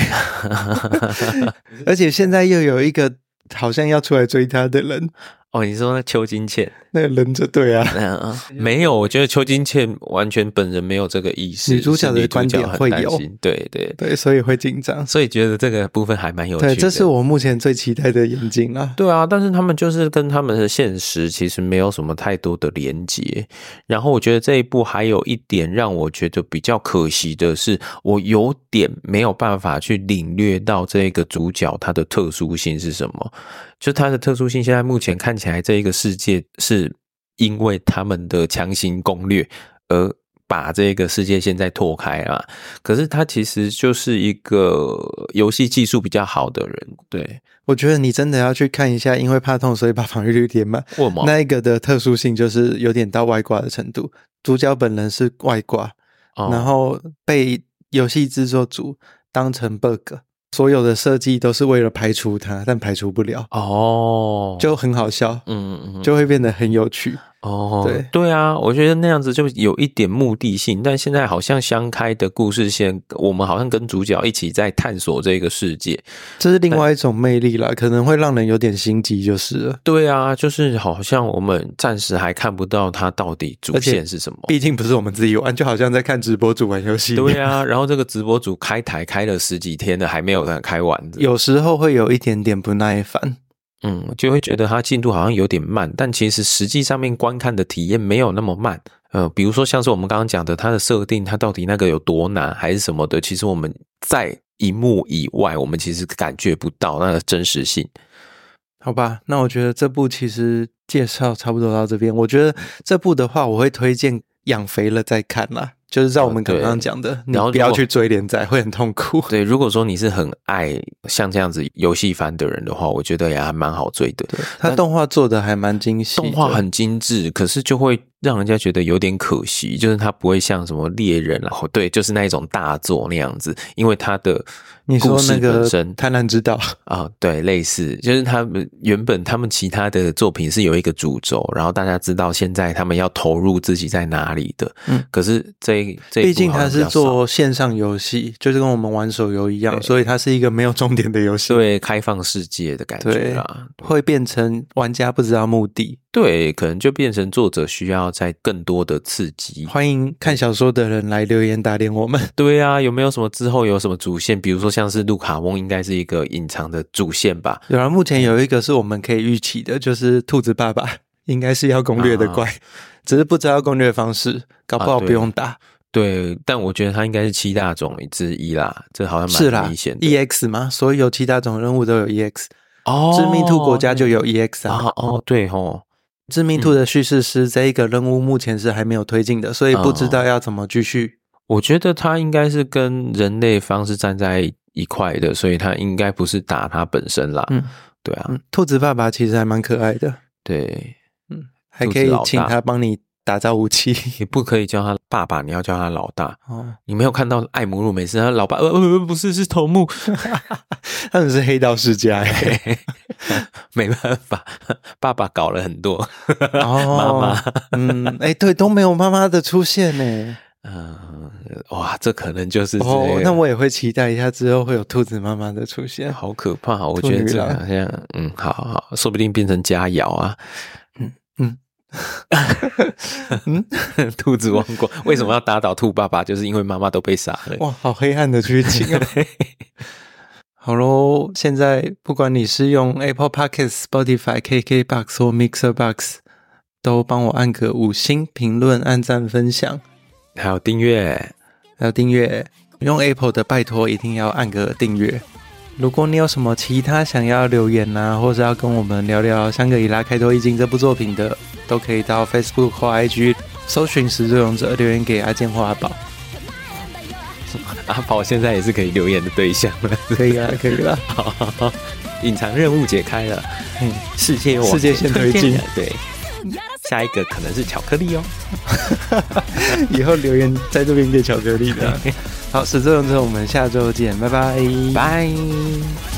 [SPEAKER 2] <laughs>
[SPEAKER 1] 而且现在又有一个好像要出来追她的人，
[SPEAKER 2] 哦，你说那邱金倩？
[SPEAKER 1] 那个忍者队啊。
[SPEAKER 2] 嗯，没有，我觉得邱金倩完全本人没有这个意识。
[SPEAKER 1] 女主角
[SPEAKER 2] 是
[SPEAKER 1] 的观点
[SPEAKER 2] 女主角
[SPEAKER 1] 会
[SPEAKER 2] 很担
[SPEAKER 1] 有
[SPEAKER 2] 心，对对，
[SPEAKER 1] 对，所以会紧张。
[SPEAKER 2] 所以觉得这个部分还蛮有趣的。
[SPEAKER 1] 对，这是我目前最期待的眼睛啦。
[SPEAKER 2] 对啊，但是他们就是跟他们的现实其实没有什么太多的连接。然后我觉得这一部还有一点让我觉得比较可惜的是，我有点没有办法去领略到这个主角他的特殊性是什么。就他的特殊性，现在目前看起来这一个世界是因为他们的强行攻略而。把这个世界现在拓开啊，可是他其实就是一个游戏技术比较好的人，对，
[SPEAKER 1] 我觉得你真的要去看一下，因为怕痛，所以把防御率点满。
[SPEAKER 2] 我毛
[SPEAKER 1] 那一个的特殊性就是有点到外挂的程度。主角本人是外挂，
[SPEAKER 2] 哦
[SPEAKER 1] 然后被游戏制作组当成 bug，所有的设计都是为了排除它，但排除不了，
[SPEAKER 2] 哦，
[SPEAKER 1] 就很好笑，
[SPEAKER 2] 嗯嗯嗯，
[SPEAKER 1] 就会变得很有趣。
[SPEAKER 2] 哦，
[SPEAKER 1] 对
[SPEAKER 2] 对啊，我觉得那样子就有一点目的性，但现在好像相开的故事线，我们好像跟主角一起在探索这个世界。
[SPEAKER 1] 这是另外一种魅力
[SPEAKER 2] 嗯
[SPEAKER 1] 啦，可能会让人有点心急，就是了。
[SPEAKER 2] 对啊，就是好像我们暂时还看不到它到底主
[SPEAKER 1] 而且
[SPEAKER 2] 线是什么。
[SPEAKER 1] 毕竟不是我们自己玩，就好像在看直播主玩游戏一样。
[SPEAKER 2] 对啊，然后这个直播组开台开了十几天了，还没有人开完。
[SPEAKER 1] 有时候会有一点点不耐烦。
[SPEAKER 2] 嗯，就会觉得它进度好像有点慢，但其实实际上面观看的体验没有那么慢。呃，比如说像是我们刚刚讲的，它的设定，它到底那个有多难还是什么的，其实我们在荧幕以外，我们其实感觉不到那个真实性。
[SPEAKER 1] 好吧，那我觉得这部其实介绍差不多到这边。我觉得这部的话，我会推荐养肥了再看啦。就是照我们
[SPEAKER 2] 呃对
[SPEAKER 1] 刚刚讲的，你
[SPEAKER 2] 然后
[SPEAKER 1] 不
[SPEAKER 2] 如
[SPEAKER 1] 要
[SPEAKER 2] 果
[SPEAKER 1] 去追连载，会很痛
[SPEAKER 2] <laughs>
[SPEAKER 1] 苦。
[SPEAKER 2] 对，如果说你是很爱像这样子游戏番的人的话，我觉得也还蛮好追的。
[SPEAKER 1] 它动画做的还蛮精细的，
[SPEAKER 2] 动画很精致，可是就会让人家觉得有点可惜，就是它不会像什么猎人啊，哦对，就是那一种大作那样子，因为它的
[SPEAKER 1] 你说
[SPEAKER 2] 故事
[SPEAKER 1] 那个
[SPEAKER 2] 本
[SPEAKER 1] 《
[SPEAKER 2] 身
[SPEAKER 1] 贪婪之岛》
[SPEAKER 2] 啊，对，类似就是他们原本他们其他的作品是有一个主轴，然后大家知道现在他们要投入自己在哪里的，
[SPEAKER 1] 嗯
[SPEAKER 2] 嗯，可是这一这一
[SPEAKER 1] 毕
[SPEAKER 2] 部
[SPEAKER 1] 竟
[SPEAKER 2] 好像
[SPEAKER 1] 它
[SPEAKER 2] 比
[SPEAKER 1] 是
[SPEAKER 2] 较少
[SPEAKER 1] 做线上游戏，就是跟我们玩手游一样，
[SPEAKER 2] 对
[SPEAKER 1] 所以它是一个没有终点的游戏，
[SPEAKER 2] 对开放世界的感觉
[SPEAKER 1] 对
[SPEAKER 2] 啊，
[SPEAKER 1] 会变成玩家不知道目的。
[SPEAKER 2] 对，可能就变成作者需要在更多的刺激。
[SPEAKER 1] 欢迎看小说的人来留言打脸我们。
[SPEAKER 2] 对啊，有没有什么之后有什么主线？比如说像是路卡翁，应该是一个隐藏的主线吧？
[SPEAKER 1] 然啊后目前有一个是我们可以预期的，就是兔子爸爸应该是要攻略的怪，只是不知道攻略方式，搞不好
[SPEAKER 2] 啊
[SPEAKER 1] 不
[SPEAKER 2] 对
[SPEAKER 1] 用打。
[SPEAKER 2] 对，但我觉得它应该是七大种之一啦，这好像
[SPEAKER 1] 是
[SPEAKER 2] 蛮
[SPEAKER 1] 啦
[SPEAKER 2] 明显的。
[SPEAKER 1] ，EX 嘛，所有七大种任务都有 EX，、
[SPEAKER 2] 哦
[SPEAKER 1] 致命兔国家就有 EX 啊。
[SPEAKER 2] 啊嗯哦，对吼，
[SPEAKER 1] 致命兔的叙事师这一个任务目前是还没有推进的，所以不知
[SPEAKER 2] 啊
[SPEAKER 1] 道要怎么继续。
[SPEAKER 2] 我觉得它应该是跟人类方是站在一块的，所以它应该不是打它本身啦。
[SPEAKER 1] 嗯
[SPEAKER 2] 对啊，
[SPEAKER 1] 嗯，兔子爸爸其实还蛮可爱的，嗯
[SPEAKER 2] 对，
[SPEAKER 1] 还可以
[SPEAKER 2] 兔子老大
[SPEAKER 1] 请他帮你打造武
[SPEAKER 2] <laughs>
[SPEAKER 1] 器。
[SPEAKER 2] 你不可以叫他爸爸，你要叫他老大。
[SPEAKER 1] 哦，
[SPEAKER 2] 你没有看到艾姆鲁每次他老爸呃呃不是是
[SPEAKER 1] <laughs>
[SPEAKER 2] 头目，
[SPEAKER 1] 他们是黑道世家耶，
[SPEAKER 2] 没办法，爸爸搞了很多，妈
[SPEAKER 1] 哦
[SPEAKER 2] 妈，
[SPEAKER 1] 嗯，哎、对，都没有妈妈的出现呢。
[SPEAKER 2] 嗯、哇，这可能就是这
[SPEAKER 1] 哦
[SPEAKER 2] 个，
[SPEAKER 1] 那我也会期待一下之后会有兔子妈妈的出现。
[SPEAKER 2] 好可怕，我
[SPEAKER 1] 兔
[SPEAKER 2] 觉得
[SPEAKER 1] 女
[SPEAKER 2] 这
[SPEAKER 1] 郎
[SPEAKER 2] 好像嗯，好好，说不定变成佳肴啊。
[SPEAKER 1] 嗯
[SPEAKER 2] 嗯嗯， <laughs> 兔子王国为什么要打倒兔爸爸？就是因为妈妈都被杀了。
[SPEAKER 1] 哇，好黑暗的剧情
[SPEAKER 2] <laughs>
[SPEAKER 1] 啊！好喽，现在不管你是用 Apple Podcasts、Spotify、KKBox 或 Mixer Box，都帮我按个五星评论、按赞、分享，
[SPEAKER 2] 还有订阅，
[SPEAKER 1] 还有订阅。用 Apple 的拜托一定要按个订阅。如果你有什么其他想要留言呐、或者要跟我们聊聊《香格里拉开拓意境》这部作品的，都可以到 Facebook 或 IG 搜寻“始作俑者”留言给阿健或阿宝。
[SPEAKER 2] 阿宝现在也是可以留言的对象了。 <laughs>
[SPEAKER 1] 可以啦，可以啊啦。
[SPEAKER 2] 好，隐藏任务解开了，
[SPEAKER 1] 嗯
[SPEAKER 2] 世界又往
[SPEAKER 1] 世界线推进
[SPEAKER 2] 了。对，下一个可能是巧克力哦。
[SPEAKER 1] <laughs> 以后留言在这 <laughs> 边给巧克力的。好，始作俑者，我们下周见，拜拜，
[SPEAKER 2] 拜。